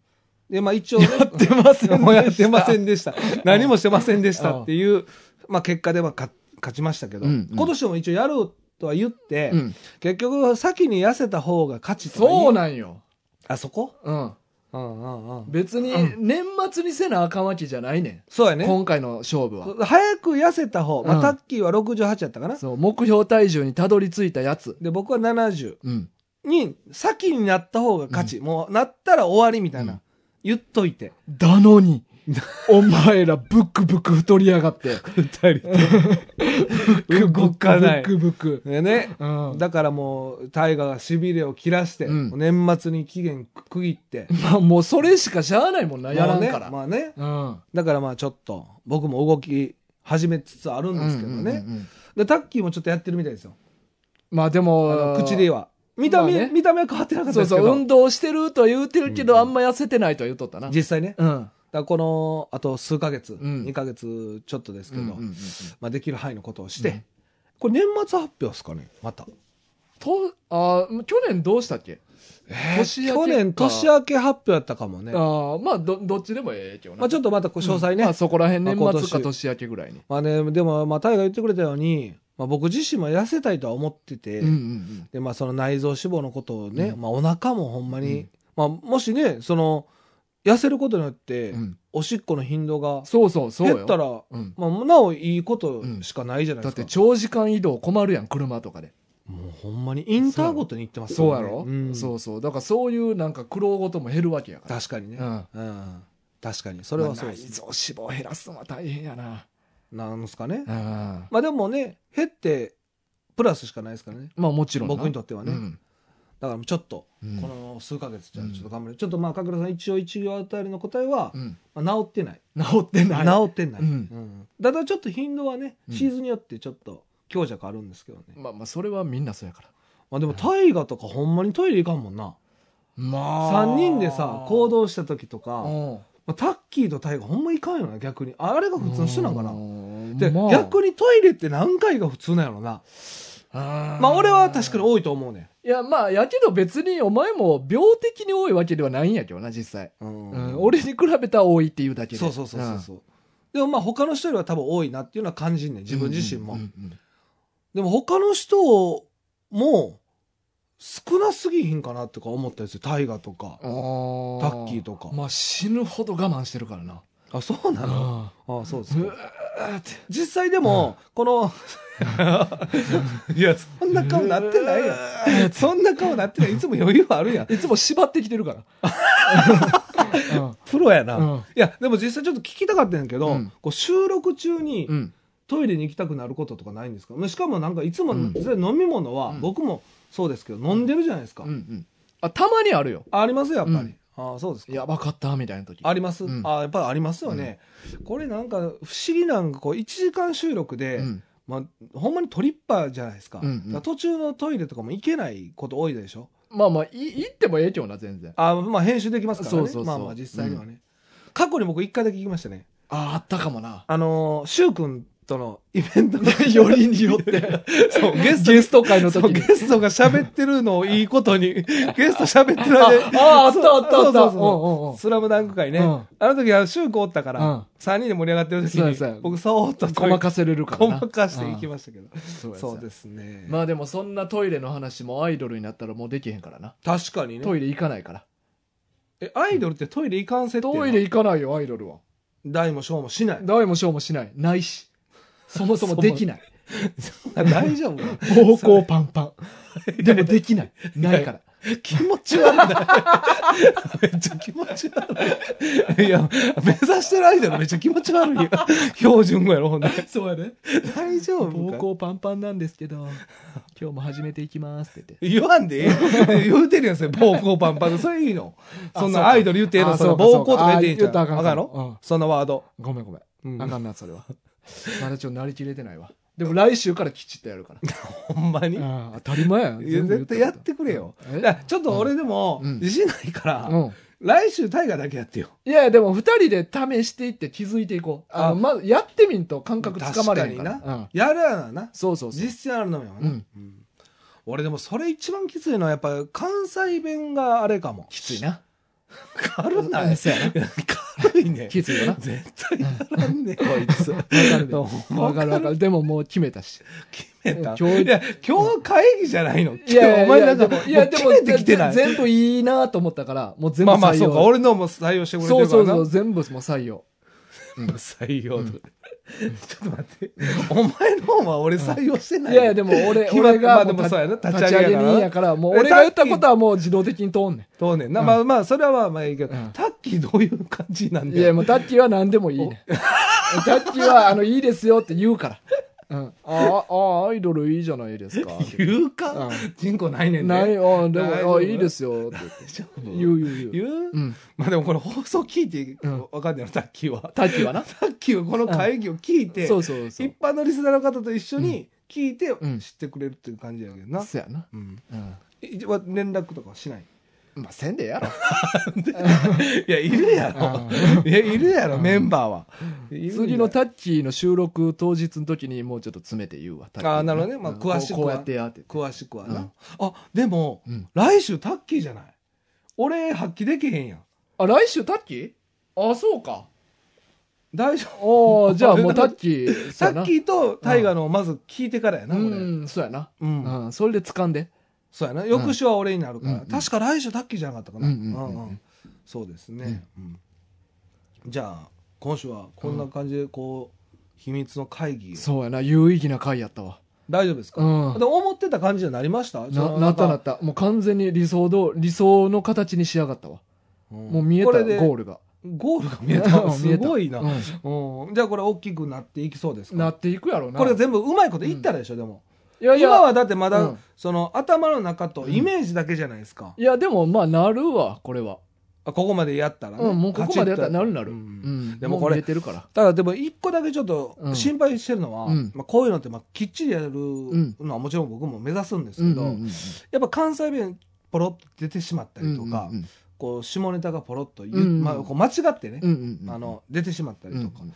で、まあ一応、ね、やってませんもうやってませんでした。何もしてませんでしたっていう、まあ結果では勝勝ちましたけど、うんうん今年も一応やるとは言って、うん。結局先に痩せた方が勝ちとか言そうなんよ。あそこうん。うんうんうん。別にう年末にせなあかんわけじゃないねそうやん。ね。今回の勝負は。早く痩せた方、まあうんタッキーは68やったかな、そう、目標体重にたどり着いたやつ。で僕は70うん。に先になった方が勝ち、もうなったら終わりみたいな、うん言っといてだのに、お前らブックブク太りやがって。 2人 動かないブックブク。でねうん。だからもう大河がしびれを切らして、うん年末に期限区切ってまあもうそれしかしゃあないもんな、やらんから。まあね,、まあねうん。だからまあちょっと僕も動き始めつつあるんですけどね、うんうんうんうんでタッキーもちょっとやってるみたいですよまあであもの、口では見た目、まあね見た目は変わってなかったそうですけそどう、運動してるとは言うてるけうど、んあんま痩せてないとは言うとったな。実際ねだかうん。らこのあと数ヶ月、ん2ヶ月ちょっとですけど、うんうんうんまあ、できる範囲のことをして、うんこれ年末発表ですかねまた、とあー去年どうしたっけ、年明けか去年年明け発表やったかもねあーまあどどっちでもええけどな、まあ、ちょっとまたこう詳細ね、まあ、そこら辺まあ年今年末か年明けぐらいに、まあねでもまあ大が言ってくれたように、まあ、僕自身も痩せたいとは思ってて、うんうんでまあ、その内臓脂肪のことをね、うんまあ、お腹もほんまに、うんまあ、もしねその痩せることによって、うんうんおしっこの頻度がそうそうそうよ減ったらうん、まあ、なおいいことしかないじゃないだですっか、て長時間移動困るやん車とかでもうほんまにインターごとに行ってますかそうらやねろ、んそうそうだからそういうなんか苦労事も減るわけやから確かにね、うんうん、確かにそれはそうまあで内す、臓脂肪減らすのは大変やななんですかね、うんままあでもね減ってプラスしかないですからねあもちろんな僕にとってはね、うんだからちょっとうんこの数ヶ月じゃうんちょっと頑張る、ちょっとまあ角田さん一応一行あたりの答えはう、んまあ、治ってない、治ってない治ってない、ううんんだからちょっと頻度はねうんシーズンによってちょっと強弱あるんですけどね、まあまあそれはみんなそうやからまあでも大河とかほんまにトイレ行かんもんなまあ3人でさ行動した時とか、まうんあ、タッキーと大河ほんま行かんよな逆にあれが普通の人なんかなで、で逆にトイレって何回が普通なんやろなままあ俺は確かに多いと思うね、いや、まあ、やけど別にお前も病的に多いわけではないんやけどな、実際。うんうん、俺に比べたら多いっていうだけで。そうそうそうそうそう、でもまあ他の人よりは多分多いなっていうのは感じんねん自分自身も、うんうんでも他の人も少なすぎひんかなとか思ったりする大河とかうんうんタッキーとか、まあ、死ぬほど我慢してるからな。あ、そうなのああそうですか。実際でも、この、いや、そそんな顔なってないやん。そんな顔なってない。いつも余裕はあるやん。あいつも縛ってきてるから。 うんプロやな。うんいや、でも実際ちょっと聞きたかったんやけど、うんこう収録中にうん。トイレに行きたくなることとかないんですかしかもなんかいつも、うんそれ飲み物は、うん僕もそうですけど、飲んでるじゃないですか。うんうん。あ、たまにあるよ。ありますやっぱり。うんああ、そうですか。やばかった、みたいな時。あります、うんあやっぱりありますよね、これなんか不思議なんかこう1時間収録で、うん。まあ、ほんまにトリッパーじゃないですか,、うんうんだから途中のトイレとかも行けないこと多いでしょまあまあ、い行ってもええけどな、全然。あまあ編集できますからねそうそうそうまあまあ実際にはね、過去に僕1回だけ行きましたねあ、あったかも な。あのー、シュウ君とのイベントのよりによって。そうゲストゲスト会の時そうゲに。ストが喋ってるのをいいこと にゲスト喋ってるあ間にあ、あったあったあそっうそた。うそうそうスラムダンク会ね、うんあの時はシュウ君おったから、うん3人で盛り上がってる時そうやそうやに僕そーっとごまかせれるからごな。まかしていきましたけど。す。そうですね。まあでもそんなトイレの話もアイドルになったらもうできへんからな。確かにねト。イレ行かないから。え、アイドルってトイレ行かんせって。トイレ。行かないよ、アイドルは。大も小もしない。大も小もしない。ないし。そもそもできない。大丈夫膀胱パンパン。でもできない。ないから。気持ち悪い。めっちゃ気持ち悪い。いや、目指してるアイドルめっちゃ気持ち悪いよ。標準語やろ、ほんで。そうやね。大丈夫膀か胱パンパンなんですけど、今日も始めていきますって言わんでええよ言うてるやん、それ。膀胱パンパンで。それいいの。あそんそうなかアイドル言ってええの、あそのそうかそう膀胱かとか言ってええんちゃうあ言ったらああかんかんやろうそのワード。言って。ごめんごめん。うんあかんな、それは。まだちょっとなりきれてないわ。でも来週からきちっとやるから。ほんまに。ああ当たり前やん。いや全部言絶対やってくれよ。だからちょっと俺でもうん自信ないから、うん。来週タイガーだけやってよ。いやいや、でも二人で試していって気づいていこう。あの、あまずやってみんと感覚つかまれへんから。確な。うん。やるやろな。そうそうそう。実践あるのよな、うんうん俺でもそれ一番きついのはやっぱ関西弁があれかも。きつい。な。軽なういん。そうやな。軽い ね。きついよ な。絶対やらんね、こいつ。わほんまかるで。わかるわかる。でももう決め たし。決めた。今日いや、今日会議じゃないの。いやいやいやお前なんか、もういやでも決めてきてない。全部いいなと思ったから、もう全ま部あまあ採そうか、用。俺のも採用してくれてそうるかそらうな。そう、全部もう採用。採用とか。ちょっと待って。お前の方は俺採用していない。やいや、でも 俺、決まっ俺がまあでもそうやな立立ちち上上げやげからな人やから、もう俺が言ったことはもう自動的に通んねどうねんな、うんまあまあ、それはまあまあいいけど、うんタッキーどういう感じなんん。だいや、よ。もうタッキーは何でもいいねん。 タッキーは、あの、いいですよって言うから。うん。ああ、ああアイドルいいじゃないですか。 言うか、うん人口ないねんで。ない、ああ、大丈でも、夫ああいいですよって丈夫言う言う言 言う。う、うん。まあでもこれ放送聞いてうんわかんないの、タッキーは。タッキー はな。タッキーはこの会議を聞いて、そうそうそう一。般のリスナーの方と一緒に聞いてん知ってくれるっていう感じやけどな。そうやな。うんうん。いは連絡とかはし ない。まあ、せんでええやろ。いや、いるやろ。いや、いるやろ、メンバーは。いるんだよ 次のタッキーの収録当日の時にもうちょっと詰めて言うわ。タッキーあーなるほどねまあうん詳しくはこうこうやってやって。詳しくはうんな。あ、でも、うん来週タッキーじゃない俺、発揮できへんやん。あ、来週タッキーあ、そうか。大丈夫。おーじゃあもうタッキー、タそうやなッキーとタイガーのをまず聞いてからやな、う俺。ん、そうやな。うんうん、それで掴んで。そうやな翌週は俺になるから、うんうん確か来週タッキーじゃなかったかな、ううんんううんんうんうんそうですね、うんじゃあ今週はこんな感じでこう、秘密の会議をそうやな、有意義な回やったわ。大丈夫ですか、うんで思ってた感じになりましたそな、のなったなかった。もう完全に理想ど、理想の形に仕上がったわ。もう見えたこゴれでールが。ゴールが見えた 見えすたごいな、ううんじゃあこれ大きくなっていきそうですなかっていくやろうな。これ全部うまいこと言ったでしょ、でもいやい今や、はだってまだ、うんその頭の中とイメージだけじゃないですか、いやでもまあなるわ、これは。あここまでやったらね、うん、もうここまでやったらなるなる。ううんん、でもこれう見えてるから。ただでも一個だけちょっとうん心配してるのは、うんまあ、こういうのってまあきっちりやるんのはもちろん僕も目指すんですうんけうど、んうんうんやっぱ関西弁ポロッと出てしまったりとか、うんうんこう下ネタがポロッと言う、うんうんまあ、こう間違ってね、うんうんうんあの出てしまったりとか、うんうん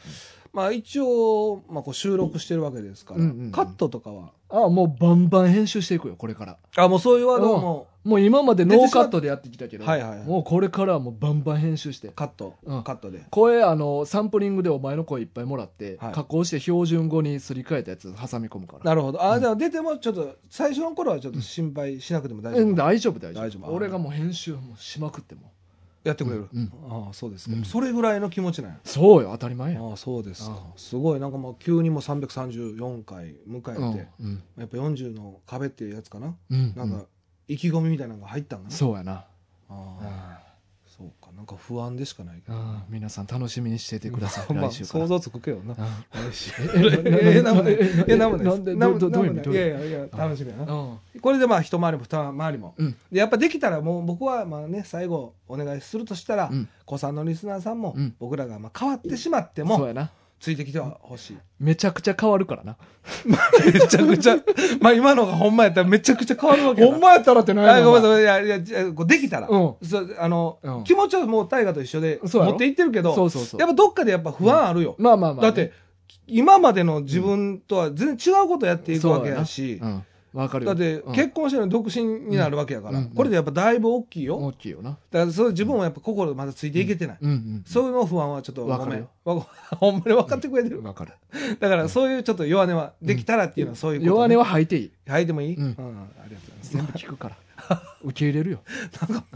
まあ、一応、まあ、こう収録してるわけですから、うんうんうんカットとかはあもうバンバン編集していくよこれからあもうそういうワードはももう今までノーカットでやってきたけどはいはいはいもうこれからはもうバンバン編集してうカット、うんカットで声あのサンプリングでお前の声いっぱいもらって、はい加工して標準語にすり替えたやつ挟み込むからなるほどあ、でも出てもちょっと最初の頃はちょっと心配しなくても大丈う夫、ん大丈夫大丈夫大丈夫俺がもう編集もうしまくってもやってくれる、うんああそうですか、うんそれぐらいの気持ちなんやそうよ、当たり前や。ああそうですかあすごいなんかまあ急にもう334回迎えて、うん。やうんっぱ40の壁っていうやつかな、うん。なんか意気込みみたいなのが入ったんうだんね、そうやな。あうあんそうかなんか不安でしかないけどうん皆さん楽しみにしててくださ い、まあ来週から想。像つくけどなうん来週ええええ、なんもない。えええ、なんもない。なんでなんもどどどういう意な味んどもうないいうやいやいや、楽しみやな。うんこれでまあ、一回りも二回りも。うんで、やっぱできたら、もう僕は、まあね、最後、お願いするとしたらうん、子さんのリスナーさんもうん、僕らがまあ変わってしまってそうも、やな。ついてきてはほしい。めちゃくちゃ変わるからな。めちゃくちゃ、まあ今のがほんまやったらめちゃくちゃ変わるわけやな。まやったらってあごめんなささい、いやいやじゃあ、こうできたらうん。そうあのうん、気持ちはもう大河と一緒でそうやろ持っていってるけそどう、そうそう。やっぱどっかでやっぱ不安あるよ。まあまあまだあね。って、今までの自分とは全然違うことやっていくわけやし、うん。わかるだよ。ってうん結婚してるの独身になるわけやから、うんうんこれでやっぱだいぶ大きいよ、大きいよな。だからそれ自分もやっぱ心まだついていけてない、うんうん。そういうの不安はちょっとごわかめるんよわごほんまに分かってくれてる、わかる。だからそういうちょっと弱音はできたらっていうのはそういうこと、弱音は吐いていい。吐いてもいい、うんうんありがとうございます全部聞く から。受け入れるよ。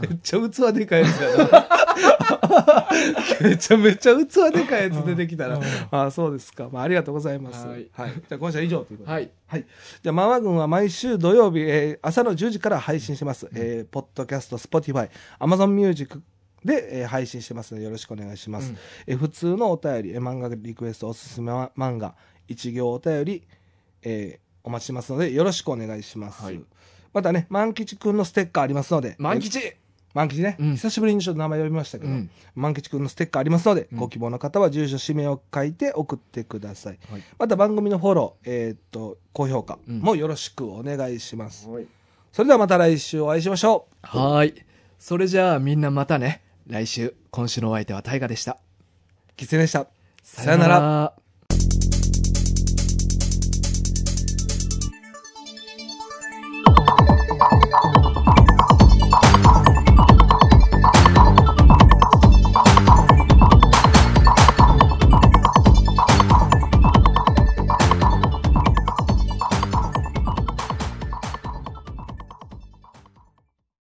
めっちゃ器でかいやつが めちゃめちゃ器でかいやつ出てきたら、うんああそうですか、まあ、ありがとうございますはいじゃあ今週は以上ということではい。はい。じゃあ、マンワ軍は毎週土曜日、えー朝の10時から配信してます。えーポッドキャスト、スポティファイ、アマゾンミュージックで、えー配信してますので、よろしくお願いします。うんえー普通のお便り、えー漫画リクエスト、おすすめは漫画、一行お便り、えーお待ちしてますので、よろしくお願いします。はいまたね、万吉くんのステッカーありますので、万えー吉万吉ね、うん久しぶりにちょっと名前呼びましたけうど、ん。万吉くんのステッカーありますので、うんご希望の方は住所、氏名を書いて送ってください。はい。また番組のフォロー、えーっと、高評価もよろしくお願いします。それではまた来週お会いしましょう。はーい。それじゃあみんなまたね。来週、今週のお相手は大河でした。キツネでした。さよなら。ら。